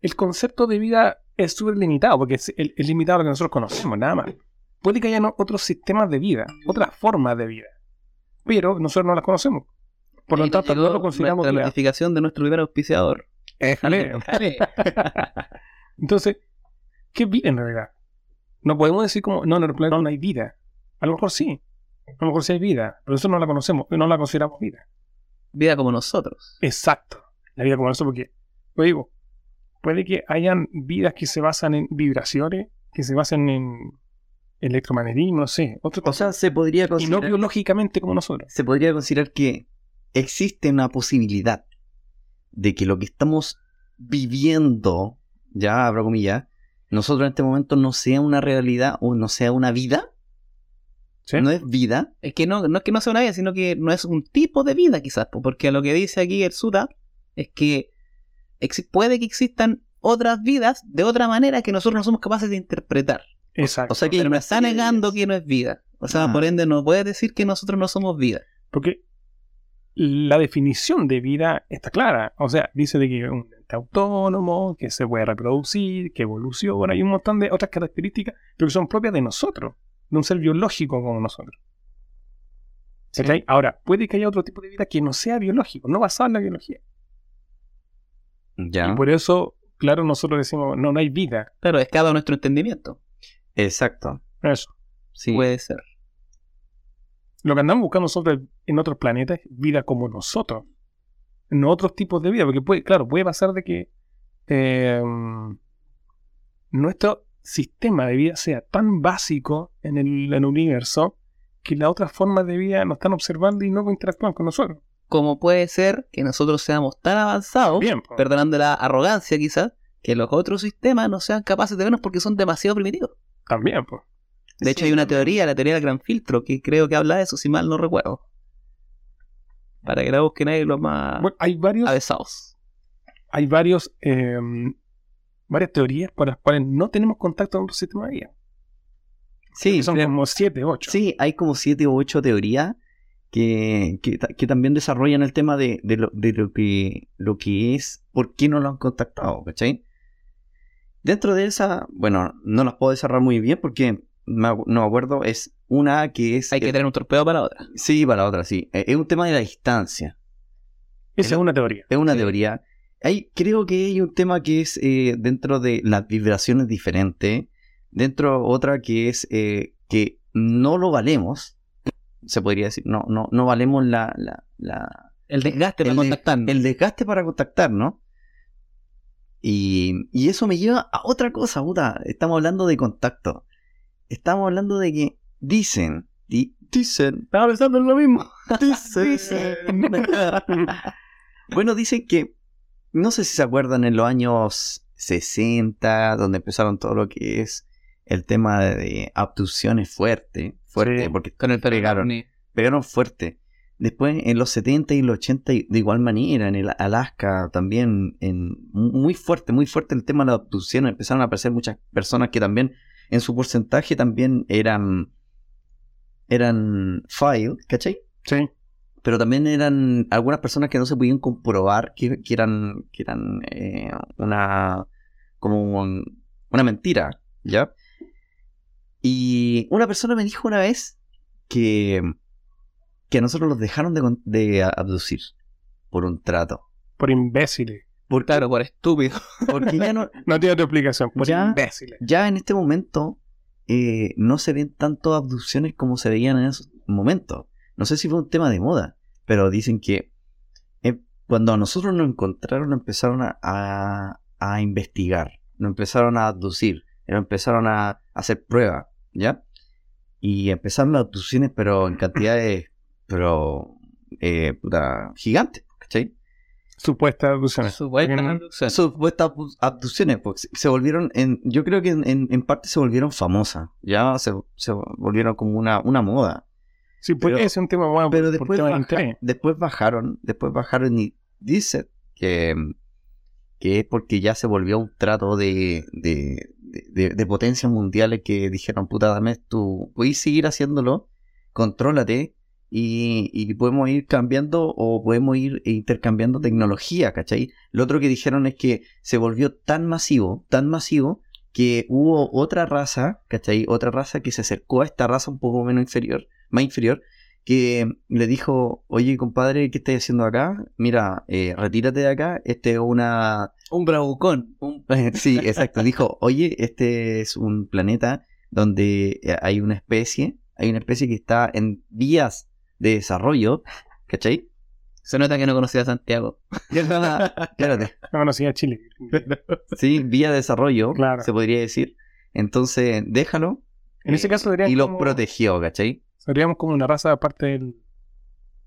S2: el concepto de vida es súper limitado porque es, el- es limitado a lo que nosotros conocemos, nada más. Puede que haya no- otros sistemas de vida, otras formas de vida, pero nosotros no las conocemos. Por lo
S3: Ahí
S2: tanto,
S3: llegó
S2: no lo consideramos
S3: nuestra
S2: vida.
S3: notificación de nuestro primer auspiciador.
S2: Jale. Entonces, ¿qué vida en realidad? No podemos decir como, no, en el planeta no hay vida. A lo mejor sí. A lo mejor sí hay vida, pero eso no la conocemos, no la consideramos vida.
S3: Vida como nosotros.
S2: Exacto. La vida como nosotros, porque, lo digo, puede que hayan vidas que se basan en vibraciones, que se basan en electromagnetismo, no sé, otro
S4: O sea, eh. se podría
S2: y no
S4: considerar,
S2: biológicamente como nosotros.
S4: se podría considerar que existe una posibilidad de que lo que estamos viviendo, ya abro comillas, nosotros en este momento no sea una realidad o no sea una vida,
S2: ¿sí?
S4: no es vida,
S3: Es que no, no es que no sea una vida, sino que no es un tipo de vida quizás, po, porque lo que dice aquí el Suda es que exi- puede que existan otras vidas de otra manera que nosotros no somos capaces de interpretar.
S2: Exacto.
S4: o sea que hay
S3: Pero me
S4: una
S3: está
S4: serie de
S3: negando
S4: ideas.
S3: que no es vida. O sea,
S4: Ah.
S3: por ende no puede decir que nosotros no somos vida.
S2: Porque la definición de vida está clara. O sea, dice de que es un ente autónomo, que se puede reproducir, que evoluciona, y un montón de otras características, pero que son propias de nosotros, de un ser biológico como nosotros. ¿Cachai? Ahora, puede que haya otro tipo de vida que no sea biológico, no basado en la biología.
S4: Ya. Ah. pues,
S2: Y por eso, claro, nosotros decimos, no, no hay vida.
S3: Claro, escapa a nuestro entendimiento.
S4: Exacto.
S2: Eso.
S4: Sí.
S3: Puede ser.
S2: Lo que andamos buscando nosotros en otros planetas es vida como nosotros. No otros tipos de vida, porque puede, claro, puede pasar de que eh, nuestro sistema de vida sea tan básico en el, en el universo que las otras formas de vida nos están observando y no interactúan con nosotros.
S3: como puede ser que nosotros seamos tan avanzados,
S2: Bien, po.
S3: perdonando la arrogancia quizás, que los otros sistemas no sean capaces de vernos porque son demasiado primitivos.
S2: también, pues.
S3: De hecho, hay una teoría, la teoría del gran filtro, que creo que habla de eso, si mal no recuerdo. Para que la busquen ahí los más
S2: Bueno, hay varios,
S3: avesados.
S2: hay varios, eh, varias teorías para las cuales no tenemos contacto con los sistemas de vida.
S4: Sí,
S2: que son
S4: creo-
S2: como 7, 8.
S4: Sí, hay como siete u ocho teorías que, que, ta- que también desarrollan el tema de, de, lo, de lo, que, lo que es, por qué no lo han contactado, ¿cachai? Dentro de esa, bueno, no las puedo desarrollar muy bien porque me acu- no me acuerdo, es una que es...
S3: Hay que
S4: eh,
S3: tener un torpedo para la otra.
S4: sí, para la otra, sí. Eh, Es un tema de la distancia,
S2: Esa es una teoría.
S4: es una
S3: Sí.
S4: teoría. Hay, creo que hay un tema que es eh, dentro de las vibraciones diferentes, dentro otra que es eh, que no lo valemos, se podría decir, no, no, no valemos la, la, la-
S3: El desgaste para
S4: el, de-
S3: contactarnos.
S4: el desgaste para contactar, ¿no? Y, y eso me lleva a otra cosa, puta. Estamos hablando de contacto. Estamos hablando de que dicen, di- dicen,
S3: Estaba pensando en lo mismo.
S4: Dicen. bueno, dicen que. No sé si se acuerdan en los años 60, donde empezaron todo lo que es el tema de, de abducciones fuerte. Fuerte,
S2: Sí.
S4: porque
S3: Con el
S4: Pegaron.
S3: pegaron.
S4: pegaron fuerte. Después, en los 70 y los 80, y de igual manera, en el Alaska también, en, muy fuerte, muy fuerte el tema de la abducción. Empezaron a aparecer muchas personas que también, en su porcentaje, también eran. eran file, ¿cachai?
S2: Sí.
S4: pero también eran algunas personas que no se podían comprobar que, que eran, que eran eh, una como un- una mentira, ¿ya? Y una persona me dijo una vez que, que a nosotros los dejaron de, con- de abducir por un trato.
S2: Por imbéciles.
S4: Por,
S3: Claro, por estúpido.
S4: Porque ya, no,
S2: No tiene otra explicación. Por
S4: Ya.
S2: imbéciles.
S4: ya en este momento eh, no se ven tanto abducciones como se veían en esos momentos. No sé si fue un tema de moda, pero dicen que eh, cuando a nosotros nos encontraron, nos empezaron a, a- a investigar, nos empezaron a abducir, nos empezaron a hacer pruebas, ¿ya? Y empezaron las abducciones, pero en cantidades, pero, eh, puta, gigantes, ¿cachai?
S2: Supuestas alusiones.
S3: Supuesta
S2: Porque no-
S3: abducción.
S4: supuestas abdu- abducciones, pues se volvieron, en, yo creo que en, en- en parte se volvieron famosas, ya se, se volvieron como una, una moda.
S2: Sí, pues
S4: Pero-
S2: ese es un tema más
S4: Pero
S2: por
S4: después,
S2: tema de
S4: baja-
S2: interés.
S4: después bajaron, después bajaron y dicen que, que es porque ya se volvió un trato de, de, de- de- de potencias mundiales que dijeron, puta, dame tú, puedes seguir haciéndolo, contrólate. Y, y podemos ir cambiando o podemos ir intercambiando tecnología, ¿cachai? Lo otro que dijeron es que se volvió tan masivo, tan masivo, que hubo otra raza, ¿cachai? Otra raza que se acercó a esta raza un poco menos inferior, más inferior, que le dijo, oye compadre, ¿qué estás haciendo acá? Mira, eh, retírate de acá, este es una...
S3: Un bravucón. Un...
S4: sí, exacto, dijo, oye, este es un planeta donde eh, hay una especie, hay una especie que está en vías de desarrollo, ¿cachai?
S3: Se nota que no conocía a Santiago.
S4: Espérate.
S2: No conocía Chile.
S4: Sí, vía de desarrollo,
S2: Claro.
S4: se podría decir. Entonces, déjalo.
S2: En ese
S4: eh,
S2: caso serían
S4: Y los
S2: como-
S4: protegió, ¿cachai?
S2: Seríamos como una raza aparte del,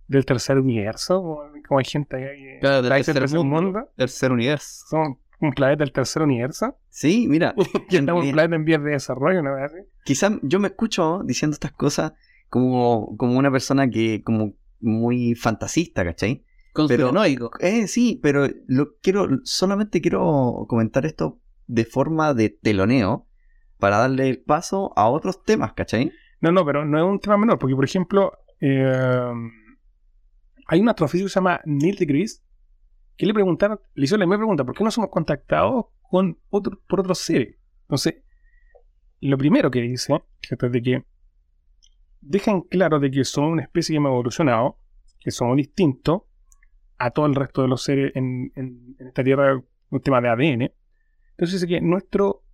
S2: del tercer universo. o Como hay gente eh, que
S3: Claro, del
S2: países
S3: tercer mundo. Tercer universo.
S2: Somos un planeta del tercer universo.
S4: Sí, mira.
S2: Que estamos un
S4: bien.
S2: planeta en vías de desarrollo, una vez así.
S4: quizás yo me escucho diciendo estas cosas como, como una persona que como muy fantasista, ¿cachai?
S3: Conspiranoico.
S4: Eh, sí, pero lo quiero, solamente quiero comentar esto de forma de teloneo para darle el paso a otros temas, ¿cachai?
S2: No, no, pero no es un tema menor, porque por ejemplo, eh, hay un astrofísico que se llama Neil deGrasse, que le preguntaron, le hizo la misma pregunta, ¿por qué no somos contactados con otro, por otros seres? Entonces, lo primero que dice, fíjate, de que dejan claro de que somos una especie que hemos evolucionado, que somos distintos a todo el resto de los seres en, en- en esta Tierra, un tema de ADN. Entonces dice que nuestro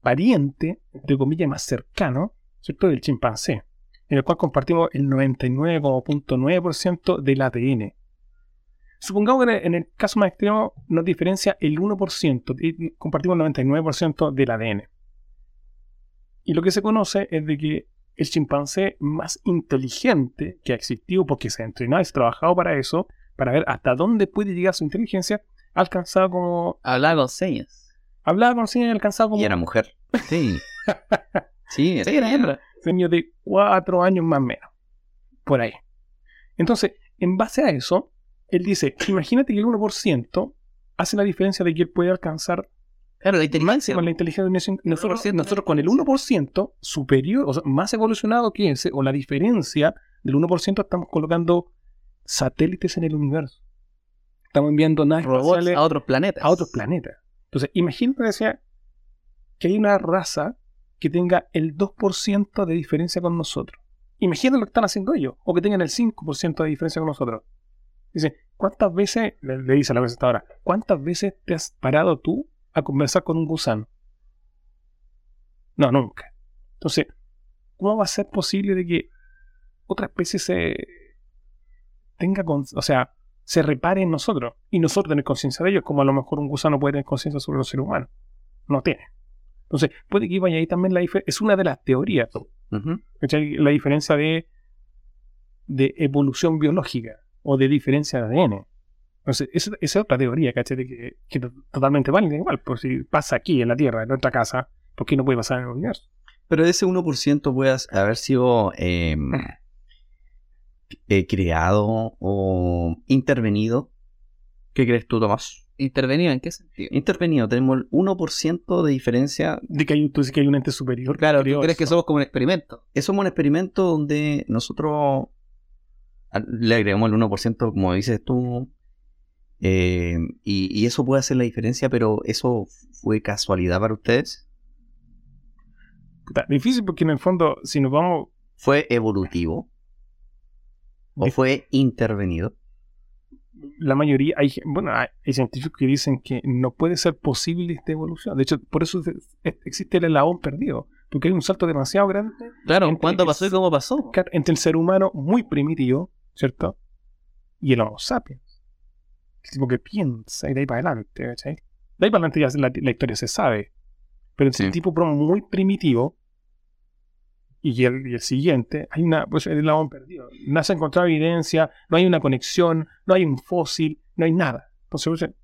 S2: pariente, entre comillas, más cercano, ¿cierto? Del chimpancé, en el cual compartimos el 99,9% del ADN. Supongamos que en el caso más extremo nos diferencia el 1%, y compartimos el 99% del ADN. Y lo que se conoce es de que el chimpancé más inteligente que ha existido, porque se ha entrenado y trabajado para eso, para ver hasta dónde puede llegar su inteligencia, ha alcanzado como.
S3: Hablaba con señas.
S2: Hablaba con señas y ha alcanzado como
S4: Y era mujer. Sí. Sí,
S3: Sí, era hembra.
S2: niño de cuatro años más o menos. Por ahí. Entonces, en base a eso, él dice, imagínate que el 1% hace la diferencia de que él puede alcanzar
S3: Claro, la inteligencia.
S2: con la inteligencia de una- nosotros,
S3: 1%
S2: nosotros con el 1% superior, o sea, más evolucionado que ese, o la diferencia del 1%, estamos colocando satélites en el universo. Estamos enviando naves
S3: Robots
S2: espaciales
S3: a otros planetas.
S2: a otros planetas. Entonces, imagínate decía, que hay una raza que tenga el 2% de diferencia con nosotros. Imagínate lo que están haciendo ellos, o que tengan el 5% de diferencia con nosotros. Dice, ¿cuántas veces, le, le dice a la presentadora, cuántas veces te has parado tú a conversar con un gusano? No, nunca. Entonces, ¿cómo va a ser posible de que otra especie se tenga, con, o sea, se repare en nosotros y nosotros tener conciencia de ellos, como a lo mejor un gusano puede tener conciencia sobre los seres humanos. No tiene. Entonces, puede que vaya ahí también la diferencia. Es una de las teorías,
S4: Ujú.
S2: ¿cachai? La diferencia de, de evolución biológica o de diferencia de ADN. Entonces, esa, esa es otra teoría, ¿cachai? De Que, que to- totalmente válida, igual. Por si pasa aquí en la Tierra, en nuestra casa, ¿por qué no puede pasar en el universo?
S4: Pero ese 1% puede as- haber sido eh, eh, creado o intervenido. ¿Qué crees tú, Tomás?
S3: ¿Intervenía en qué sentido?
S4: Intervenido, tenemos el 1% de diferencia.
S2: De que hay, un- tú dices que hay un ente superior.
S3: Claro, ¿tú
S2: superior,
S3: crees que
S2: eso.
S3: somos como un experimento?
S4: Eso es un experimento donde nosotros al- le agregamos el 1%, como dices tú, eh, y, y eso puede hacer la diferencia, pero ¿eso fue casualidad para ustedes?
S2: Puta, Difícil porque en el fondo, si nos vamos
S4: ¿Fue evolutivo? ¿O
S2: Dif-
S4: fue intervenido?
S2: la mayoría, hay, gen- bueno, hay, hay científicos que dicen que no puede ser posible esta evolución. De hecho, por eso se- es- existe el eslabón perdido, porque hay un salto demasiado grande
S3: Claro,
S2: Entre-
S3: ¿cuándo pasó y cómo pasó?
S2: claro, entre el ser humano muy primitivo, ¿cierto? Y el Homo sapiens. El tipo que piensa y de ahí para adelante, ¿cachai? De ahí para adelante ya la, la historia se sabe. Pero entre
S4: Sí.
S2: el tipo pro- muy primitivo y el, y el siguiente, hay una, pues el eslabón perdido. No se ha encontrado evidencia, no hay una conexión, no hay un fósil, no hay nada. Entonces, pues,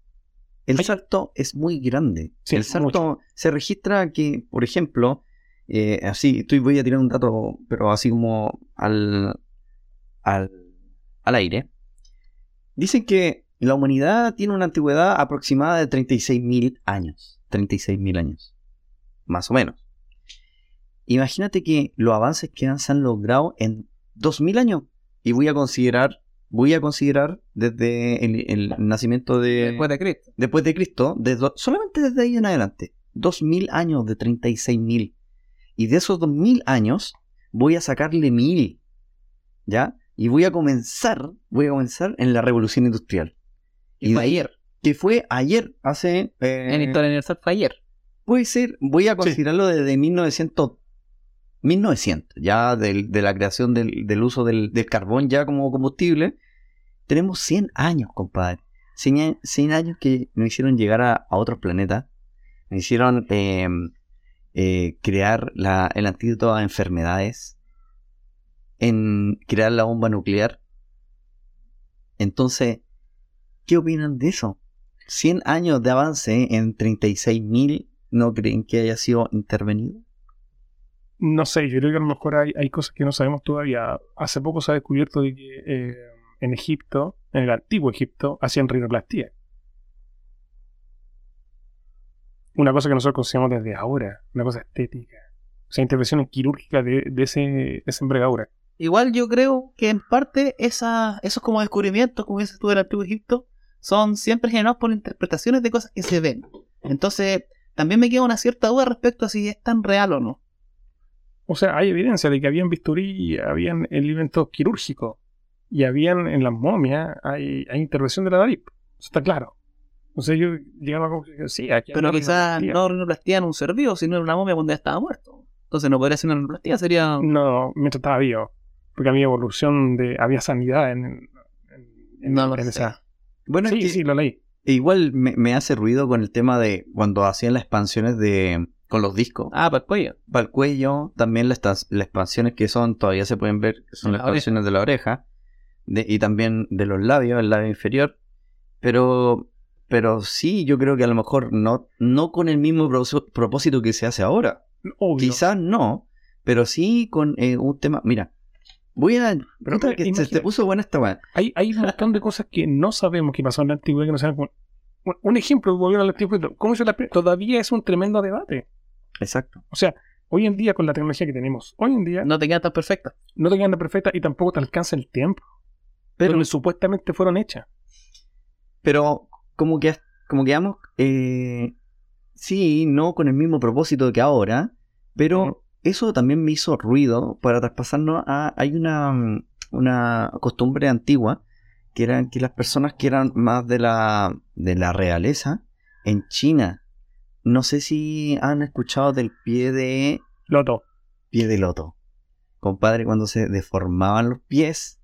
S4: El
S2: Ay.
S4: salto es muy grande.
S2: Sí,
S4: el salto se registra que, por ejemplo, eh, así, estoy, voy a tirar un dato, pero así como al, al, al aire. Dicen que la humanidad tiene una antigüedad aproximada de 36.000 años. 36.000 años. Más o menos. Imagínate que los avances que han- se han logrado en 2.000 años. Y voy a considerar, voy a considerar desde el, el nacimiento de
S3: Después de Cristo.
S4: después de Cristo, de do- solamente desde ahí en adelante, 2000 años de 36.000. Y de esos 2000 años voy a sacarle 1000, ¿ya? Y voy a comenzar, voy a comenzar en la revolución industrial.
S3: Y fue
S4: de ahí-
S3: ayer.
S4: Que fue ayer, hace... eh,
S3: En historia universal fue ayer.
S4: puede ser, voy a considerarlo desde 1900, 1900, ya del- de la creación del, del uso del, del carbón ya como combustible. Tenemos 100 años, compadre. 100, a- 100 años que nos hicieron llegar a, a otros planetas. Nos hicieron eh, eh, crear la- el antídoto a enfermedades. En crear la bomba nuclear. Entonces, ¿qué opinan de eso? 100 años de avance en 36.000, ¿no creen que haya sido intervenido?
S2: No sé, yo creo que a lo mejor hay, hay cosas que no sabemos todavía. Hace poco se ha descubierto de que eh, en Egipto, en el antiguo Egipto, hacían rinoplastia. Una cosa que nosotros consideramos desde ahora, una cosa estética. O sea, intervenciones quirúrgicas de, de ese, de esa envergadura.
S3: Igual yo creo que en parte esa, esos como descubrimientos, como dices tú del Antiguo Egipto, son siempre generados por interpretaciones de cosas que se ven. Entonces, también me queda una cierta duda respecto a si es tan real o no.
S2: O sea, hay evidencia de que habían bisturí, habían elementos quirúrgicos y habían en las momias, hay, hay intervención de la nariz. Eso está claro. O sea, yo llegaba a la conclusión, sí, aquí
S3: Pero
S2: había
S3: quizás
S2: rinoplastia.
S3: no rinoplastia en un ser vivo, sino en una momia cuando ya estaba muerto. Entonces no podría ser una rinoplastia, sería...
S2: No, mientras estaba vivo. Porque había evolución de. había sanidad en. en- en-
S3: No lo
S2: en
S3: sé.
S2: esa-
S4: Bueno, es
S2: Sí,
S4: que
S2: sí, lo leí.
S4: igual me, me hace ruido con el tema de cuando hacían las expansiones de, con los discos.
S3: Ah, para el cuello.
S4: Para el cuello, también las, tas- las expansiones que son, todavía se pueden ver, que son
S3: La
S4: las
S3: oreja.
S4: expansiones de la oreja de- y también de los labios, el labio inferior. Pero, pero sí, yo creo que a lo mejor no, no con el mismo pro- propósito que se hace ahora.
S2: Obvio.
S4: Quizás no, pero sí con eh, un tema. Mira, voy a. Pregunta que se
S2: imagínate.
S4: te puso buena esta weá.
S2: Hay, hay un montón de cosas que no sabemos que pasó en la antigüedad que no sabemos. cómo- Bueno, un ejemplo, volviendo a la antigüedad, ¿cómo hizo la pri- Todavía es un tremendo debate.
S4: Exacto.
S2: O sea, hoy en día, con la tecnología que tenemos, hoy en día no,
S3: No te quedan tan perfectas.
S2: te quedan perfectas y tampoco te alcanza el tiempo.
S4: Pero-
S2: Pero supuestamente fueron hechas.
S4: Pero como que, como que vamos, eh, sí, no con el mismo propósito que ahora, pero
S2: Ujú.
S4: eso también me hizo ruido para traspasarnos a... Hay una, mm, una costumbre antigua que eran que las personas que eran más de la, de la realeza en China, no sé si han escuchado del pie de...
S2: Loto.
S4: Pie de loto. Compadre, cuando se deformaban los pies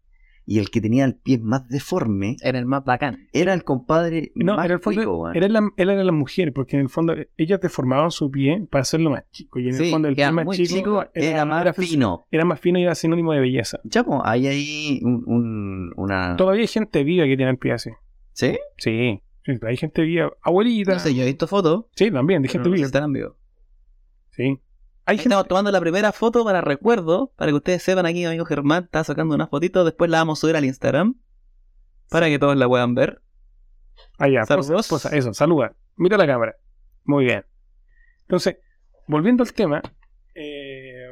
S4: y el que tenía el pie más deforme
S3: Era el más bacán.
S4: era el compadre
S2: No,
S4: más
S2: era el fondo-
S4: cuico, weón.
S2: Era la, él era la mujer, porque en el fondo eh, ellas deformaban su pie para hacerlo más chico. Y en
S3: Sí,
S2: el fondo el pie
S3: queda
S2: más
S3: muy
S2: chico,
S3: chico,
S4: era, más
S2: fis-
S4: fino.
S2: era más fino y era sinónimo de belleza.
S4: Ya, pues, hay ahí un, un- una...
S2: Todavía hay gente viva que tiene el pie así.
S4: ¿Sí?
S2: Sí. sí, hay gente viva. Abuelita.
S3: No sé, yo he visto fotos.
S2: Sí, también, de
S3: pero
S2: gente
S3: no sé si
S2: viva.
S3: están en vivo.
S2: Sí. Hay
S3: Ahí
S2: gente,
S3: Estamos tomando la primera foto para recuerdo, para que ustedes sepan aquí, mi amigo Germán está sacando unas fotitos, después la vamos a subir al Instagram, para que todos la puedan ver.
S2: Ah, ya,
S3: Saludos.
S2: posa- posa, eso, saluda. Mira la cámara. Muy bien. Entonces, volviendo al tema. eh,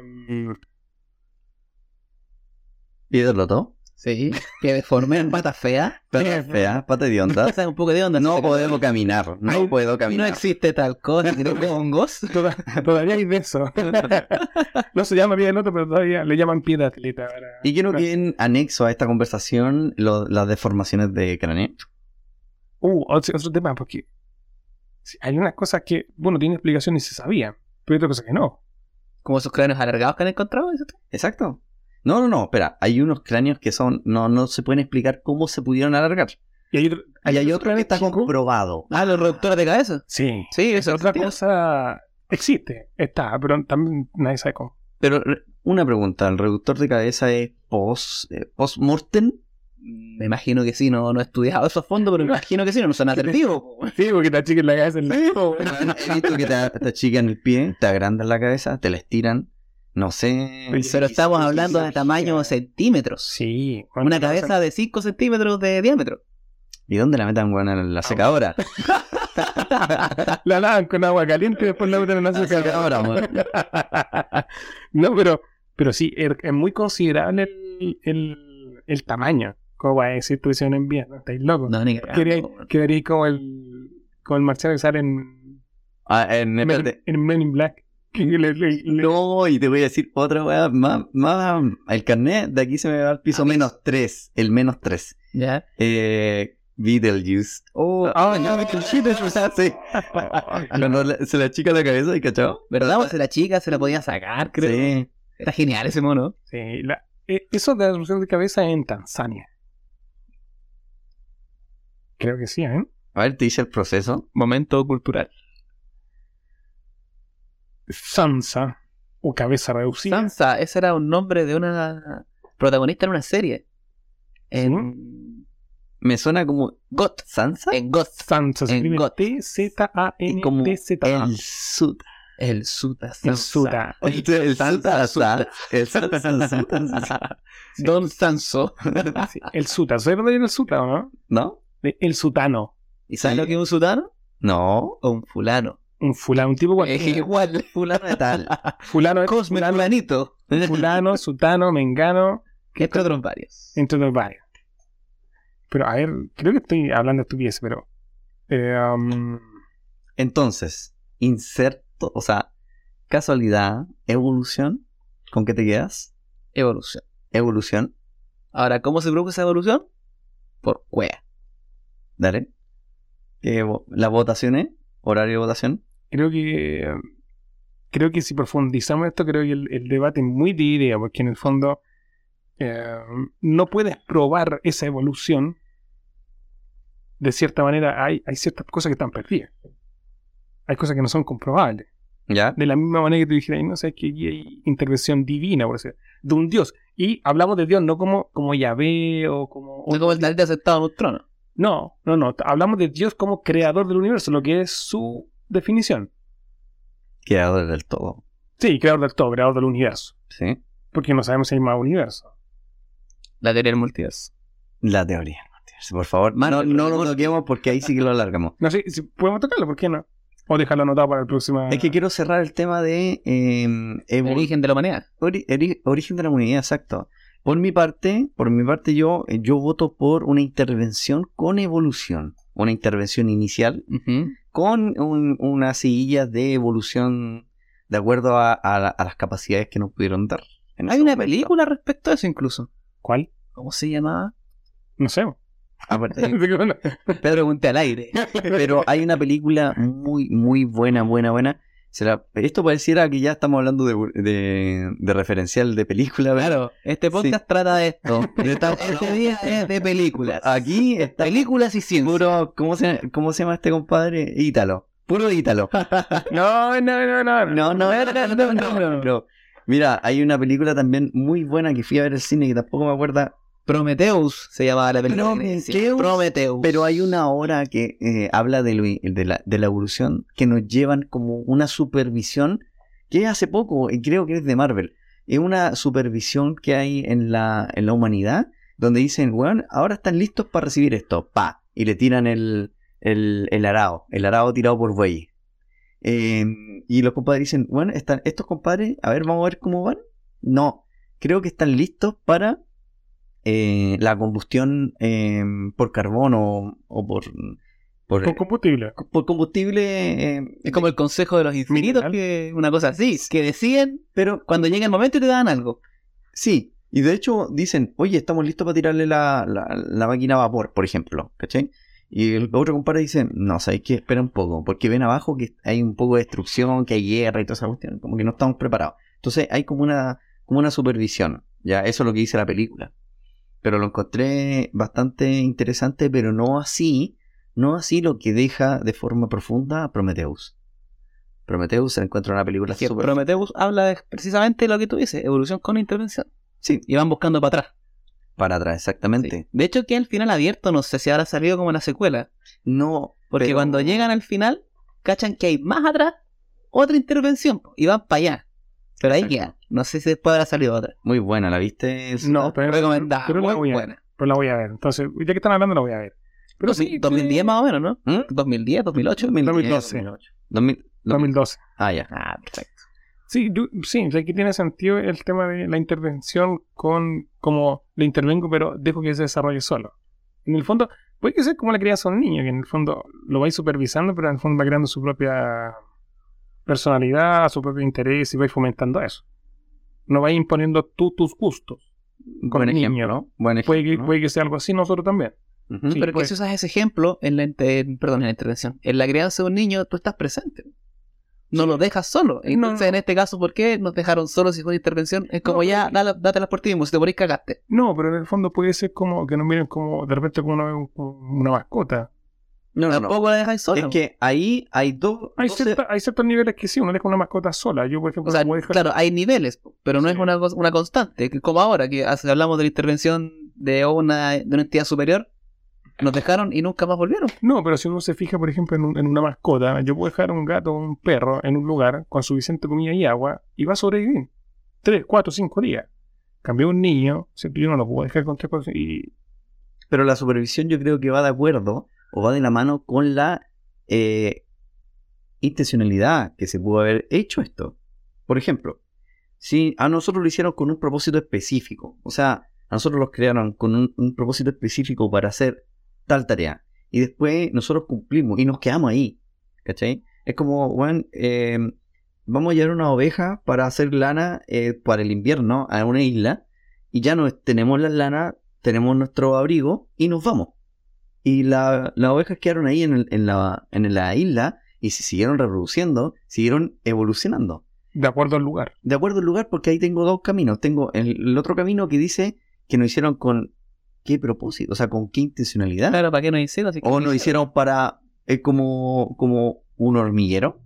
S4: Pie de loto.
S3: Sí, que deformen patas feas.
S4: Pata fea, pata de onda.
S3: Pasan un poco de onda.
S4: No
S3: se-
S4: podemos caminar, no
S3: Ay,
S4: puedo
S3: No
S4: caminar.
S3: existe tal cosa, que tengo hongos.
S2: toda- todavía hay de eso. no se llama pie de loto, pero todavía le llaman pie de atleta. ahora.
S4: Y quiero que en anexo a esta conversación lo- las deformaciones de cráneo.
S2: Uh, otro, otro tema, porque sí, hay unas cosas que, bueno, tiene explicación y se sabía, pero hay otras cosas que no.
S3: Como esos cráneos alargados que han encontrado, dices tú.
S4: Exacto. No, no, no, espera. Hay unos cráneos que son... No, no se pueden explicar cómo se pudieron alargar.
S2: Y hay otro,
S4: Y hay
S2: otros
S4: otro que está
S2: chicos-
S4: comprobado.
S3: Ah, los reductores de cabeza.
S2: Sí.
S3: Sí,
S2: Esa
S3: eso
S2: otra
S3: existía.
S2: cosa existe, está, pero también nadie sabe cómo.
S4: Pero re- una pregunta, ¿el reductor de cabeza es post, eh, post-mortem?
S3: Me imagino que sí, no, no he estudiado esos fondos, pero me imagino que sí, no, no son atractivos. po.
S2: Sí, porque te achiquen la cabeza en la...
S4: Bueno, He visto que te, te achican el pie, te agrandan la cabeza, te la estiran. No sé.
S2: Oye,
S3: Pero estamos hablando de tamaño centímetros.
S2: Sí.
S3: Una cabeza de 5 centímetros de diámetro.
S4: ¿Y dónde la metan, weón, en la secadora?
S2: La lavan con agua caliente y después la meten en la
S4: La
S2: azúcar.
S4: secadora, weón.
S2: no, pero, pero sí, er- es muy considerable el, el, el tamaño. ¿Cómo va a decir tu visión en vía? No, estáis locos.
S3: No, ni
S2: Quería,
S3: cagando, weón.
S2: quedaría como el, como el marciano que sale en,
S4: Ah, en, espérate.
S2: en Men in Black. Que le- le- le-
S4: No, y te voy a decir otra weá más, más. El carnet de aquí se me va al piso menos 3. El menos 3.
S3: Ya.
S4: Eh, Beetlejuice. Oh,
S2: ah, ya, Beetlejuice.
S4: Sí. Cuando le- se le achica la cabeza y cachao.
S3: ¿Verdad? Pues la chica se la podía sacar, creo.
S4: Sí.
S3: Está genial ese mono.
S2: Sí, la- eh, eso de la erupción de cabeza en Tanzania. Creo que sí, ¿eh?
S4: A ver, te dice el proceso.
S3: Momento cultural.
S2: Sansa o cabeza reducida.
S3: Sansa, ese era un nombre de una protagonista en una serie. En
S4: Me suena como.
S3: Got.
S4: ¿Sansa?
S3: En Got.
S2: Sansa se
S3: En
S2: escribe
S3: Got.
S2: T-Z-A-N-T-Z.
S4: Como
S2: -A.
S4: El Sud.
S3: El Suta
S2: El
S3: Sansa.
S2: Suda.
S4: El el Santa,
S3: Sansa, Suta.
S4: Sa- el Santa, Santa, Santa, Santa.
S3: Don Sanso.
S2: Sí, El Suta. ¿Sabes dónde viene el Suta o no?
S4: ¿No?
S2: De- El Sutano.
S4: ¿Y
S3: ¿Sabes lo que es un sutano?
S4: No.
S3: O un fulano.
S2: Un fulano, un tipo
S3: Es
S2: cualquiera.
S3: igual.
S4: Fulano de tal.
S2: Fulano, es-
S3: Cosme Fulanito.
S2: fulano, sutano, mengano,
S3: Entre otros varios.
S2: entre otros varios. Pero a ver, creo que estoy hablando estupideces, pero... eh, um,
S4: Entonces, inserto, o sea, casualidad, evolución, ¿con qué te quedas?
S3: Evolución.
S4: Evolución,
S3: Ahora, ¿cómo se produce esa evolución? Por cuea.
S4: dale. Eh, vo- ¿Las votaciones? ¿Horario de votación?
S2: creo que em, creo que si profundizamos esto, creo que el, el debate es muy dividido, porque en el fondo eh, no puedes probar esa evolución. De cierta manera, hay, hay ciertas cosas que están perdidas. Hay cosas que no son comprobables.
S4: ¿Ya?
S2: De la misma manera que tú dijeras, no sé, que aquí hay intervención divina, por decir, de un Dios. Y hablamos de Dios no como, como Yahvé o como...
S3: No como el de aceptado en un trono.
S2: No, no, no. Hablamos de Dios como creador del universo, lo que es su definición.
S4: Creador del todo.
S2: Sí, creador del todo, creador del universo.
S4: ¿Sí?
S2: Porque no sabemos si hay más universo.
S3: La teoría del multiverso.
S4: La teoría. del multiverso. Por favor,
S3: Más-
S4: no, no lo toquemos porque ahí sí que lo alargamos.
S2: No sé, si podemos tocarlo, ¿por qué no? O dejarlo anotado para el próximo...
S4: Es que quiero cerrar el tema de eh,
S3: El
S4: evo-
S3: Ah. origen de la humanidad.
S4: ori- ori- origen de la humanidad, exacto. Por mi parte, por mi parte yo, eh, yo voto por una intervención con evolución. Una intervención inicial
S3: Ujú.
S4: con un- unas siguillas de evolución de acuerdo a, a la- a las capacidades que nos pudieron dar. en
S3: Hay
S4: ese
S3: una
S4: momento.
S3: película respecto a eso incluso.
S2: ¿Cuál?
S3: ¿Cómo se llamaba?
S2: No sé.
S4: Aparte-
S3: Pedro pregunté al aire.
S4: Pero hay una película muy, muy buena, buena, buena. Se la- esto pareciera que ya estamos hablando de, de- de referencial de película. ¿verdad?
S3: Claro, este podcast trata de esto. Esta- este día es de películas.
S4: Aquí está
S3: Películas y ciencia.
S4: puro, ¿cómo se, cómo se llama este compadre? Ítalo. Puro Ítalo.
S2: No, no, no, no.
S4: No, no, no, no, no, no, no. Mira, hay una película también muy buena que fui a ver al cine que tampoco me acuerda,
S3: Prometeus se llamaba la película. en Grecia.
S4: Prometeus.
S3: Prometeus.
S4: pero hay una obra que eh, habla de, lo- de, la, de la evolución que nos llevan como una supervisión que hace poco, y creo que es de Marvel, es una supervisión que hay en la, en la humanidad donde dicen, bueno, ahora están listos para recibir esto, pa, y le tiran el, el, el arao, el arao tirado por buey. Eh, y los compadres dicen, bueno, están estos compadres, a ver, vamos a ver cómo van. No, creo que están listos para eh, la combustión eh, por carbón o, o por, por,
S2: Con combustible.
S4: por combustible. eh,
S3: Es como el consejo de los infinitos,
S2: Mineral.
S3: que una cosa así, que deciden
S4: pero
S3: cuando llega el momento y te dan algo.
S4: Sí, y de hecho dicen, oye, estamos listos para tirarle la, la- la máquina a vapor, por ejemplo, ¿cachai? Y el otro compadre dice, no, ¿sabéis qué? Espera un poco, porque ven abajo que hay un poco de destrucción, que hay guerra y toda esa cuestión, como que no estamos preparados. Entonces hay como una, como una supervisión, ya, eso es lo que dice la película. Pero lo encontré bastante interesante, pero no así, no así lo que deja de forma profunda a Prometheus. Prometheus encuentra una película
S3: Que
S4: súper-
S3: Prometeus habla de precisamente lo que tú dices, evolución con intervención.
S4: Sí,
S3: Y van buscando para atrás.
S4: para atrás,
S3: Sí.
S4: exactamente.
S3: De hecho, que al final abierto, no sé si habrá salido como una secuela.
S4: No,
S3: Porque
S4: pero-
S3: cuando llegan al final, cachan que hay más atrás otra intervención po, y van para allá. Pero ahí
S4: Exacto.
S3: queda. No sé si después habrá salido otra.
S4: Muy buena, ¿la viste? ah,
S2: No, pero,
S3: Recomendada.
S2: pero la
S3: muy
S2: voy a ver.
S3: buena.
S2: Pero la voy a ver. Entonces, ya que están hablando, la voy a ver. Pero
S3: Dos mil-
S2: sí,
S3: 2010
S2: sí.
S3: más o menos, ¿no?
S4: ¿Mm?
S3: 2010, 2008.
S2: 2012.
S4: 2000,
S2: 2012.
S4: Ah, ya.
S3: Ah, perfecto.
S2: Sí, yo- sí, aquí tiene sentido el tema de la intervención con como le intervengo, pero dejo que se desarrolle solo. En el fondo, puede que sea como la crianza de un niño, que en el fondo lo vais supervisando, pero en el fondo va creando su propia personalidad, su propio interés y vais fomentando eso. No vais imponiendo tú tus gustos. Con
S4: Buen
S2: el niño,
S4: ejemplo.
S2: ¿no?
S4: Buen ejemplo.
S2: Puede que,
S4: ¿no?
S2: puede que sea algo así nosotros también.
S4: Ujú.
S2: Sí,
S3: Pero que
S2: pues.
S3: si usas ese ejemplo en la, inte- en- perdón, en la intervención, en la crianza de un niño, tú estás presente. No lo dejas solo. Entonces,
S2: no.
S3: en este caso, ¿por qué nos dejaron solos si fue una intervención? Es como
S2: No,
S3: ya, dale- date las por ti mismo. Si te morís, cagaste.
S2: No, pero en el fondo puede ser como que nos miren como de repente como una, una mascota.
S4: No, no, no.
S3: Tampoco la dejáis sola.
S4: Es que ahí hay dos.
S2: Hay,
S4: doce-
S2: cierta- hay ciertos niveles que sí, uno deja una mascota sola. Yo, por ejemplo,
S3: O sea,
S2: como dejo-
S3: claro, hay niveles, po, pero no es
S2: Sí.
S3: una, cos- una constante. que Como ahora, que hace- hablamos de la intervención de una, de una entidad superior, nos dejaron y nunca más volvieron.
S2: No, pero si uno se fija, por ejemplo, en, un- en una mascota, yo puedo dejar un gato o un perro en un lugar con suficiente comida y agua y va a sobrevivir. Tres, cuatro, cinco días. Cambié un niño, si yo no lo puedo dejar con tres cosas y...
S4: Pero la supervisión yo creo que va de acuerdo o va de la mano con la eh, intencionalidad que se pudo haber hecho esto. Por ejemplo, si a nosotros lo hicieron con un propósito específico, o sea, a nosotros los crearon con un, un propósito específico para hacer tal tarea, y después nosotros cumplimos y nos quedamos ahí, ¿cachai? Es como, bueno, vamos a llevar una oveja para hacer lana eh, para el invierno a una isla, y ya no tenemos la lana, tenemos nuestro abrigo y nos vamos. Y la- las ovejas quedaron ahí en, el- en la, en la isla y se siguieron reproduciendo, siguieron evolucionando
S2: De acuerdo al lugar.
S4: de acuerdo al lugar, porque ahí tengo dos caminos. Tengo el, el otro camino que dice que nos hicieron con qué propósito, o sea, con qué intencionalidad.
S3: Claro, ¿para qué nos hicieron? Así que
S4: O nos hicieron para eh, como, como un hormiguero.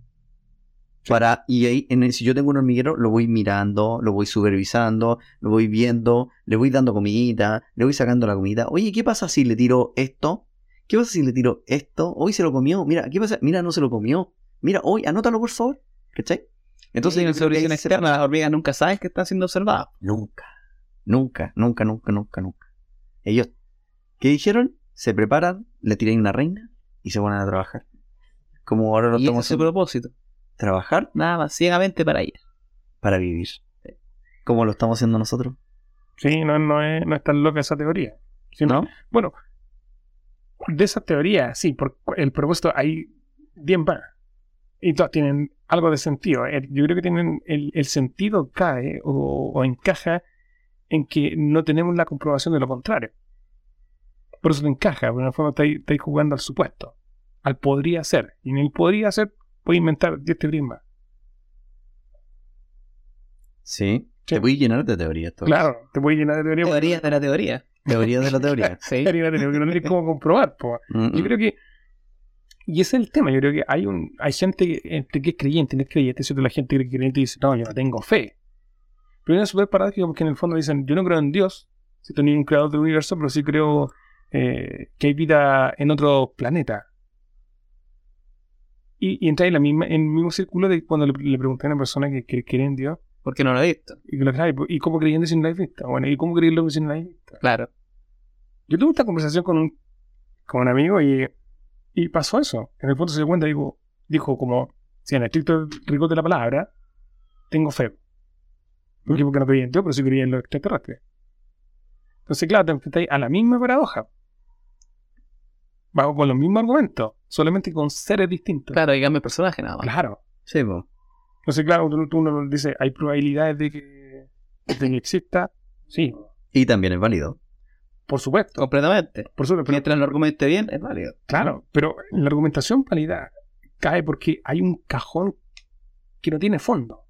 S4: Para, y ahí, en el- si yo tengo un hormiguero, lo voy mirando, lo voy supervisando, lo voy viendo, le voy dando comidita, le voy sacando la comida. Oye, ¿qué pasa si le tiro esto? ¿Qué pasa si le tiro esto? Hoy se lo comió. Mira, ¿qué pasa? Mira, no se lo comió. Mira, hoy, anótalo por favor. ¿Cachai? Entonces,
S3: Entonces, en
S4: yo creo que ahí
S3: supervisión
S4: se-
S3: externa, las hormigas nunca saben que están siendo observadas.
S4: Nunca. Nunca, nunca, nunca, nunca, nunca. Ellos, ¿qué dijeron? Se preparan, le tiran una reina y se ponen a trabajar. Como ahora lo
S3: y ese
S4: estamos
S3: es su
S4: haciendo.
S3: propósito.
S4: Trabajar
S3: Nada más, ciegamente para ellas.
S4: para vivir. Como lo estamos haciendo nosotros.
S2: Sí, no, no, es, no es tan loca esa teoría. Sí,
S4: ¿No?
S2: Bueno, de esa teoría, sí, por el propósito hay 10 más. Y todas tienen algo de sentido. El- Yo creo que tienen el, el sentido cae o, o encaja en que no tenemos la comprobación de lo contrario. Por eso te encaja, porque en el fondo estáis estáis jugando al supuesto, al podría ser. Y en el podría ser, puedes inventar 10 teorías más.
S4: Sí.
S2: Sí.
S4: Te voy a llenar de teorías. todo.
S2: Claro, te puedes llenar de teorías. porque
S3: Teorías de la teoría.
S4: Teorías de la teoría.
S3: Sí.
S2: teoría, teoría, que no tienes cómo comprobar, po.
S4: Mm,
S2: Yo
S4: mm.
S2: creo que. Y ese es el tema. Yo creo que hay un hay gente que, entre que es creyente, no es creyente, ¿cierto? La gente que es creyente dice, no, yo no tengo fe. Pero es súper paradójico porque en el fondo dicen, yo no creo en Dios, ¿cierto? Ni en un creador del universo, pero sí creo eh, que hay vida en otro planeta. Y, y entra en, la misma, en el mismo círculo de cuando le, le pregunté a una persona que, que cree en Dios,
S3: Porque no lo he visto.
S2: y que lo trae, ¿y cómo creyente sin la vista? Bueno, ¿y cómo creerlo sin la vista?
S3: Claro.
S2: Yo tuve esta conversación con un, con un amigo y, y pasó eso. En el fondo se dio cuenta, digo, dijo como, si en el estricto rigor de la palabra, tengo fe. Porque, porque no creía en Dios, pero sí creía en los extraterrestres. Entonces, claro, te enfrentáis a la misma paradoja. Bajo con los mismos argumentos, solamente con seres distintos.
S3: Claro, dígame el personaje nada más.
S2: Claro.
S4: Sí, po.
S2: Entonces, claro, tú, tú uno dice, hay probabilidades de que, de que exista. Sí,
S4: Y también es válido.
S2: por supuesto.
S3: Completamente.
S2: Por supuesto, pero-
S3: Mientras lo argumente bien, es válido.
S2: Claro, pero la argumentación válida cae porque hay un cajón que no tiene fondo.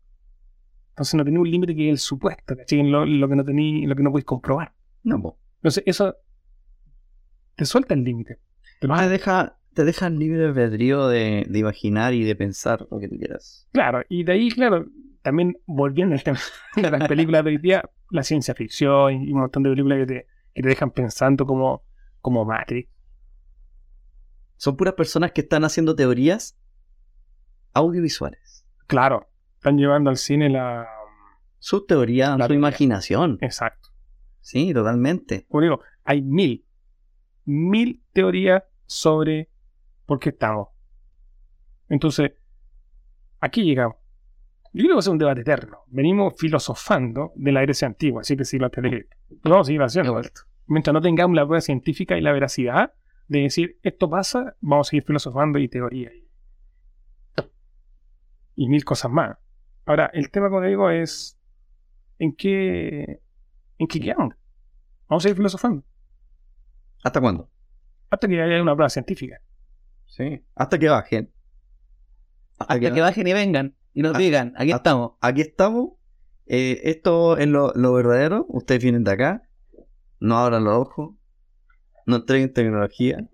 S2: Entonces no tiene un límite que es el supuesto, ¿cachai? Lo, lo que no tení, lo que no podéis comprobar.
S4: No, po.
S2: Entonces eso te suelta el límite. Te lo
S4: Te
S2: hace-
S4: Ah, deja, te deja libre albedrío de, de imaginar y de pensar lo que tú quieras.
S2: Claro, y de ahí, claro, también volviendo al tema de las películas de hoy día, la ciencia ficción y un montón de películas que te, que te dejan pensando como, como Matrix.
S4: Son puras personas que están haciendo teorías audiovisuales.
S2: Claro, están llevando al cine la...
S4: Su teoría,
S2: La
S4: su
S2: teoría.
S4: imaginación.
S3: Eh.
S2: Exacto.
S4: Sí, totalmente.
S2: como digo, hay mil, mil teorías sobre por qué estamos. Entonces, aquí llegamos. Yo creo que va a ser un debate eterno. Venimos filosofando de la Grecia antigua, así que sí, la teoría. Lo vamos a seguir haciendo. Mientras no tengamos la prueba científica y la veracidad de decir esto pasa, vamos a seguir filosofando y teoría. Y mil cosas más. Ahora, el tema, como digo, es en qué, en qué quedamos. Vamos a seguir filosofando.
S4: ¿Hasta cuándo?
S2: Hasta que haya una prueba científica.
S4: Sí. Hasta que bajen. Hasta
S3: Hasta que bajen y vengan y nos
S4: Ah,
S3: digan, aquí
S4: ah,
S3: estamos.
S4: aquí estamos. eh, esto es lo, lo verdadero. Ustedes vienen de acá. No abran los ojos. No entreguen tecnología.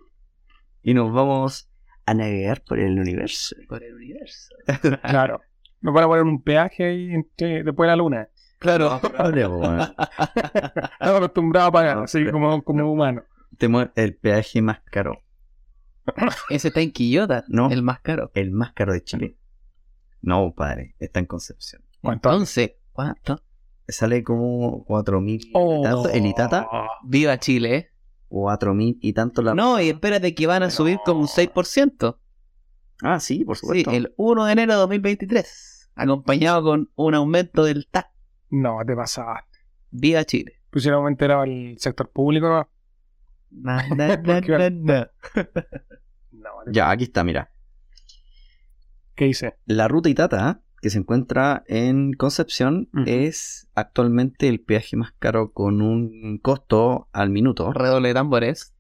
S4: Y nos vamos a navegar por el universo.
S3: Por el universo.
S2: Claro. Nos van a poner un peaje ahí entre- después de la luna.
S3: Claro.
S4: Probable, po, weón.
S2: Estamos acostumbrados a pagar,
S4: No,
S2: así
S4: pero-
S2: como, como humanos.
S4: Te mue- Este el peaje más caro.
S3: Ese está en Quillota,
S4: No.
S3: el más caro.
S4: El más caro de Chile. No, padre. Está en Concepción.
S2: ¿Cuánto?
S3: Entonces, ¿cuánto?
S4: Sale como 4.000 y tanto. El Itata.
S3: Viva Chile, ¿eh?
S4: 4.000 y tanto la...
S3: No, y espérate que van a subir como un 6%.
S4: Ah, sí, por
S3: Sí,
S4: supuesto.
S3: el 1 de enero de 2023. Acompañado con un aumento del TAC.
S2: No, te pasaste.
S3: Viva Chile.
S2: Pusieron aumentado el sector público. No,
S3: Na, na, na,
S2: Porque
S3: na, na.
S2: no te-
S4: Ya, aquí está, mira.
S2: ¿Qué dice?
S4: La ruta Itata, que se encuentra en Concepción,
S2: Ujú.
S4: es actualmente el peaje más caro con un costo al minuto.
S3: Redoble de tambores.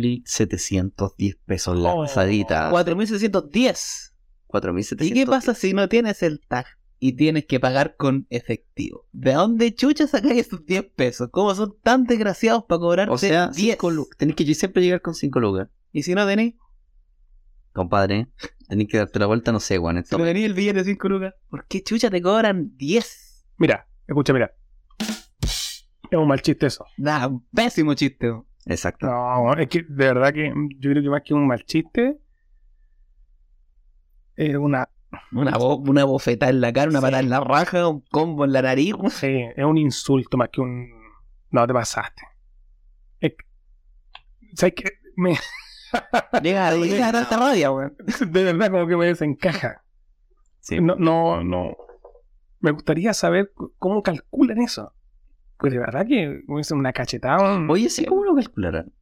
S4: 4.710 pesos la
S2: Oh.
S4: pasadita.
S3: 4.610. ¿Y
S4: 4.710.
S3: qué pasa si no tienes el TAC? Y tienes que pagar con efectivo. ¿De dónde chucha sacáis esos 10 pesos? ¿Cómo son tan desgraciados para cobrarte
S4: O sea,
S3: 10?
S4: cinco lu- tenés que siempre llegar con 5 lucas.
S3: Y si no tenéis,
S4: Compadre, Tenés que darte la vuelta, no sé, weón.
S3: Si no
S4: Entonces,
S3: tenía el billete de 5 lucas, ¿por qué chucha te cobran 10?
S2: Mira, escucha, mira. Es un mal chiste eso.
S3: Da, un pésimo chiste. weón.
S4: exacto.
S2: No, bueno, es que de verdad que yo creo que más que un mal chiste. Es una.
S3: Una, bo- una bofetada en la cara, una
S2: Sí.
S3: patada en la raja, un combo en la nariz. weón.
S2: sí, es un insulto más que un. No, te pasaste. Es- ¿Sabes qué? Me-
S3: Llega, llega a tanta rabia, weón.
S2: de verdad, como que me desencaja.
S4: Sí.
S2: No, no, no. Me gustaría saber c- cómo calculan eso. Pues de verdad que es una cachetada. un-
S4: Oye, sí, ¿cómo lo calcularán?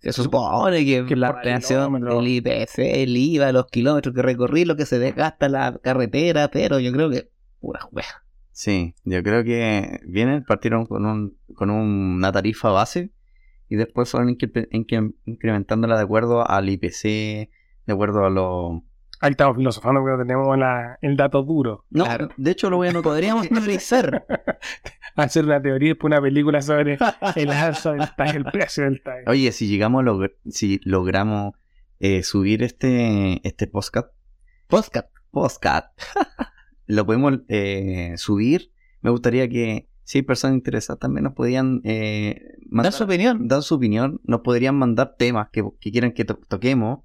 S3: Se supone que,
S2: Que
S3: la
S2: por
S3: operación,
S2: kilómetro.
S3: el IPC, el IVA, los kilómetros que recorrí, lo que se desgasta la carretera, pero yo creo que. Pura wea.
S4: Sí, yo creo que vienen, partieron con, un, con una tarifa base y después fueron incre- incre- incrementándola de acuerdo al IPC, de acuerdo a los...
S2: Ahí estamos filosofando porque no tenemos la- el dato duro.
S4: No,
S3: Claro.
S4: de hecho lo voy a anotar.
S3: Podríamos teorizar.
S2: Hacer una teoría y después una película sobre el alza del TAE, el precio del TAE.
S4: Oye, si llegamos, a logr- si logramos eh, subir este, este podcast,
S3: Podcast.
S4: podcast, lo podemos eh, subir. Me gustaría que si hay personas interesadas también nos podían eh,
S3: Da
S4: mandar
S3: su opinión.
S4: dar su opinión, nos podrían mandar temas que, que quieran que to- toquemos,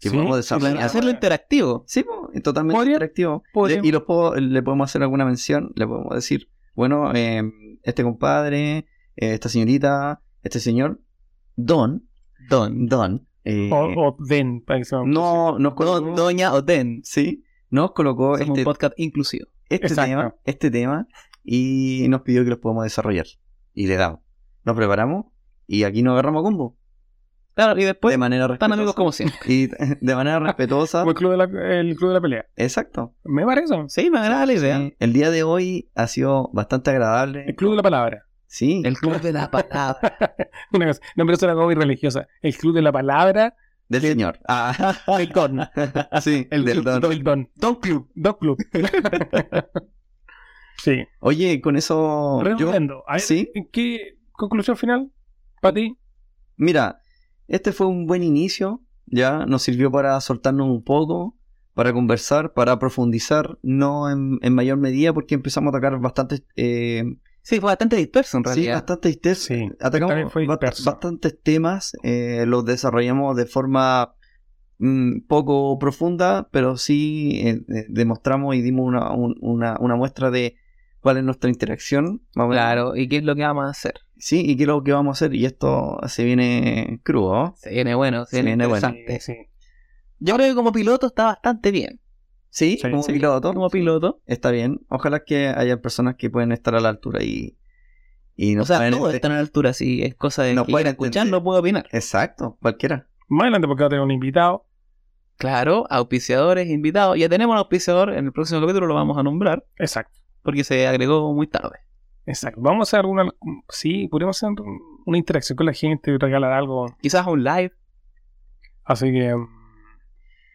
S4: que
S2: Sí,
S4: podamos
S2: sí,
S4: desarrollar.
S3: Hacerlo interactivo.
S4: Sí, po, es totalmente
S2: Podría-
S4: interactivo.
S2: podría-
S4: Le- y los puedo- le podemos hacer alguna mención, le podemos decir, bueno, eh, este compadre, eh, esta señorita, este señor, Don,
S3: Don.
S4: Don, eh,
S3: Oh,
S2: O, o den, para que se me-
S4: no, nos
S3: Don,
S4: colocó,
S3: Doña o Den.
S4: sí, nos colocó
S3: Somos
S4: este,
S3: un podcast inclusivo.
S4: este
S2: Exacto.
S4: tema, este tema y nos pidió que los podamos desarrollar. Y le damos. Nos preparamos y aquí nos agarramos a combo.
S3: Claro, y después
S4: de manera
S3: tan
S4: respetuosa.
S3: amigos como siempre.
S4: Y de manera respetuosa.
S2: Como el club, de la, el club de la pelea.
S4: Exacto.
S2: Me parece.
S3: Sí, me agrada la idea.
S4: Sí. El día de hoy ha sido bastante
S2: El
S4: agradable.
S2: club de la palabra.
S4: Sí.
S3: El club de la patada.
S2: Una cosa. No, pero eso era como muy religiosa. El club de la palabra.
S4: Del señor. Ah,
S2: El don.
S4: sí.
S2: El
S4: del
S2: club,
S4: don.
S2: El don.
S3: Don Club.
S2: Don club. sí.
S4: Oye, con eso. Yo,
S2: Redondeando. A ver,
S4: sí.
S2: ¿Qué conclusión final para ti?
S4: mira, este fue un buen inicio. Ya nos sirvió para soltarnos un poco, para conversar, para profundizar, no en, en mayor medida, porque empezamos a atacar bastantes. eh,
S3: Sí, fue bastante disperso en
S4: sí,
S3: realidad.
S4: bastantes temas.
S2: Sí, también
S4: Atacamos
S2: fue
S4: ba-
S2: disperso.
S4: bastantes temas, eh, los desarrollamos de forma mm, poco profunda, pero sí eh, eh, demostramos y dimos una, un- una, una muestra de cuál es nuestra interacción. más o menos.
S3: claro, ¿y qué es lo que vamos a hacer?
S4: Sí, y qué es lo que vamos a hacer. Y esto se viene crudo. ¿no?
S3: Se viene bueno, se
S4: Se
S3: viene
S4: viene bueno.
S3: interesante.
S2: Sí,
S3: Yo creo que como piloto está bastante bien.
S4: Sí,
S2: Sí,
S4: como
S2: sí.
S4: piloto.
S3: Como piloto.
S4: Está bien. Ojalá que haya personas que pueden estar a la altura y, y
S3: O
S4: nos este
S3: sea,
S4: pueden
S3: todo
S4: ente-
S3: está a la altura, si es cosa de
S4: No
S3: que
S4: pueden
S3: quiera escuchar,
S4: entender.
S3: no puedo opinar.
S4: Exacto, cualquiera.
S2: Más adelante porque va a tener un invitado.
S3: Claro, auspiciadores, invitados. Ya tenemos un auspiciador, en el próximo capítulo lo vamos a nombrar,
S2: Exacto,
S3: porque se agregó muy tarde.
S2: exacto. Vamos a hacer una... Sí, podríamos hacer una interacción con la gente, regalar algo.
S3: Quizás un live.
S2: Así que... mm,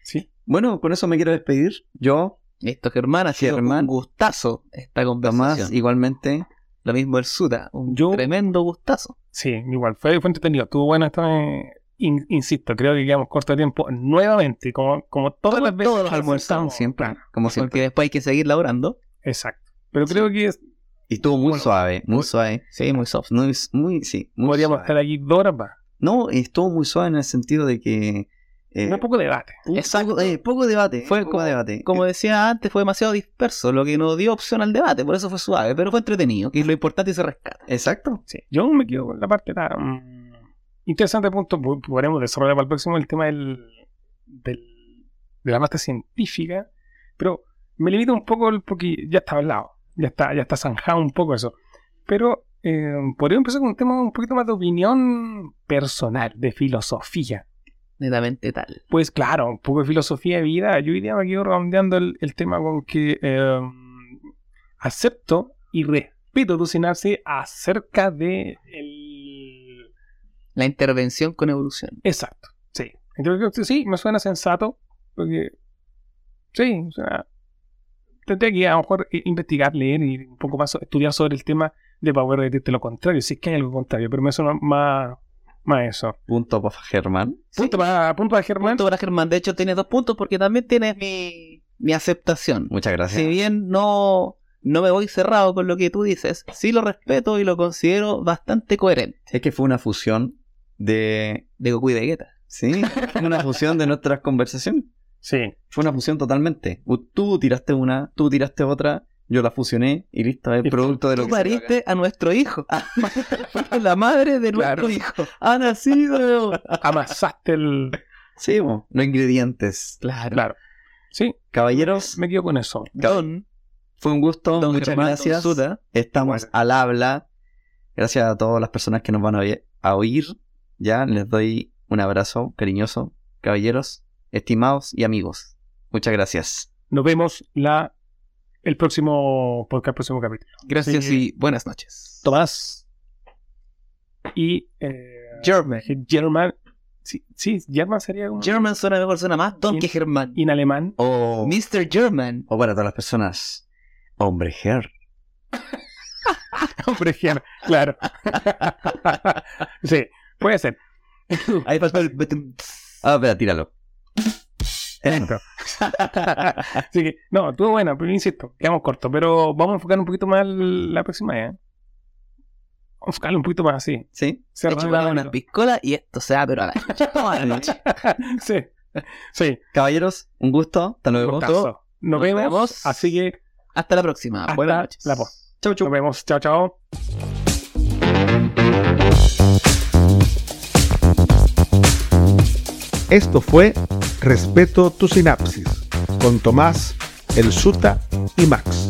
S2: Sí.
S4: Bueno, con eso me quiero despedir. Yo,
S3: Esto, Germán, ha sido
S4: Germán.
S3: un gustazo esta conversación.
S4: Tomás, igualmente.
S3: Lo mismo el Suta, un
S2: Yo-
S3: tremendo gustazo.
S2: Sí, igual. Fue, fue entretenido. Estuvo bueno esto. eh, in- insisto, creo que quedamos corto de tiempo nuevamente, como, como todas las veces.
S3: todos los
S2: que
S3: almorzamos
S2: hacemos.
S4: Siempre,
S2: Claro,
S3: Ah,
S4: como siempre.
S3: Porque después hay que seguir laborando.
S2: exacto. Pero creo que es-
S4: Y estuvo muy
S2: Bueno,
S4: suave, muy
S2: muy-
S4: suave.
S3: Sí, muy soft.
S4: Muy, muy, sí, muy
S2: podríamos
S4: suave.
S2: estar aquí dos horas más.
S4: No, estuvo muy suave en el sentido de que... eh,
S2: Un poco de debate.
S4: un
S3: Exacto.
S4: Poco, eh, poco debate.
S3: pues, Fue
S4: poco
S3: como-
S4: debate.
S3: Como
S4: Eh,
S3: decía antes, fue demasiado disperso, lo que nos dio opción al debate, por eso fue suave, pero fue entretenido, que es lo importante y se rescata.
S4: Exacto.
S2: Sí, yo me quedo con la parte tan interesante punto. po- Podremos desarrollar para el próximo el tema del, del- de la parte científica, pero me limito un poco el- porque ya está hablado, ya está, ya está zanjado un poco eso. Pero eh, podría empezar con un tema un poquito más de opinión personal, de filosofía.
S3: Netamente tal.
S2: Pues claro, un poco de filosofía de vida. Yo iría me quedo redondeando el, el tema con que eh, acepto y respeto tu sinapsis acerca de el
S3: La intervención con evolución.
S2: Exacto, sí. Yo creo que sí, me suena sensato, porque sí, o sea, tendría que a lo mejor i- investigar, leer y un poco más so- estudiar sobre el tema de para poder decirte lo contrario, si es que hay algo contrario, pero me suena más, Más eso.
S4: Punto para Germán.
S2: Punto para, punto para Germán.
S3: Punto para Germán. De hecho, tienes dos puntos porque también tienes mi, mi aceptación.
S4: Muchas gracias.
S3: Si bien no, no me voy cerrado con lo que tú dices, sí lo respeto y lo considero bastante coherente.
S4: Es que fue una fusión de...
S3: De Goku y Vegeta.
S4: Sí, fue una fusión de nuestras conversaciones.
S2: Sí.
S4: Fue una fusión totalmente. U- Tú tiraste una, tú tiraste otra, yo la fusioné y listo, es
S2: Y-
S4: producto de lo
S3: Tú
S4: que...
S3: pariste a nuestro hijo. Fuiste la madre de nuestro
S2: Claro.
S3: hijo. Ha nacido.
S2: Amasaste el.
S4: Sí, bo, los ingredientes.
S3: Claro.
S2: Claro. Sí,
S4: Caballeros,
S2: me quedo con eso.
S3: Don,
S4: fue un gusto,
S3: Don
S4: muchas
S3: Germán
S4: gracias.
S3: Tonsuta.
S4: Estamos
S2: Bueno.
S4: al habla. Gracias a todas las personas que nos van a, oye- a oír. Ya les doy un abrazo cariñoso, caballeros, estimados y amigos. Muchas gracias.
S2: Nos vemos la el próximo podcast, próximo capítulo.
S3: gracias
S2: Sí.
S3: y buenas noches.
S2: Tomás y eh,
S3: German.
S2: German. Sí, sí, German sería un.
S3: German suena mejor, suena más Don
S2: Y-
S3: que Germán.
S2: Y en alemán.
S4: O,
S3: Mr. German.
S4: o para todas las personas, hombre, her.
S2: Hombre, Germán, claro. sí, puede ser.
S4: Ahí pasó el... Ah, espera, tíralo.
S2: Exacto. Así que, no, estuvo buena, pero insisto, quedamos cortos, pero vamos a enfocar un poquito más la próxima vez. ¿eh? Vamos a enfocarlo un poquito más así.
S4: ¿Sí?
S3: He
S2: Cerrar
S3: chupado
S2: el
S3: unas
S2: capítulo.
S3: piscolas y esto se va, pero a la chucha toda la noche.
S2: Sí, sí.
S4: Caballeros, un gusto. Hasta luego.
S2: cortazo. Nos
S3: Nos
S2: vemos.
S3: vemos.
S2: Así que,
S3: Hasta la próxima.
S2: hasta
S3: Buenas noches.
S2: la próxima. Chau, chau. Nos vemos. Chao, chao.
S1: Esto fue Respeto tu sinapsis con Tomás, el Suta y Max.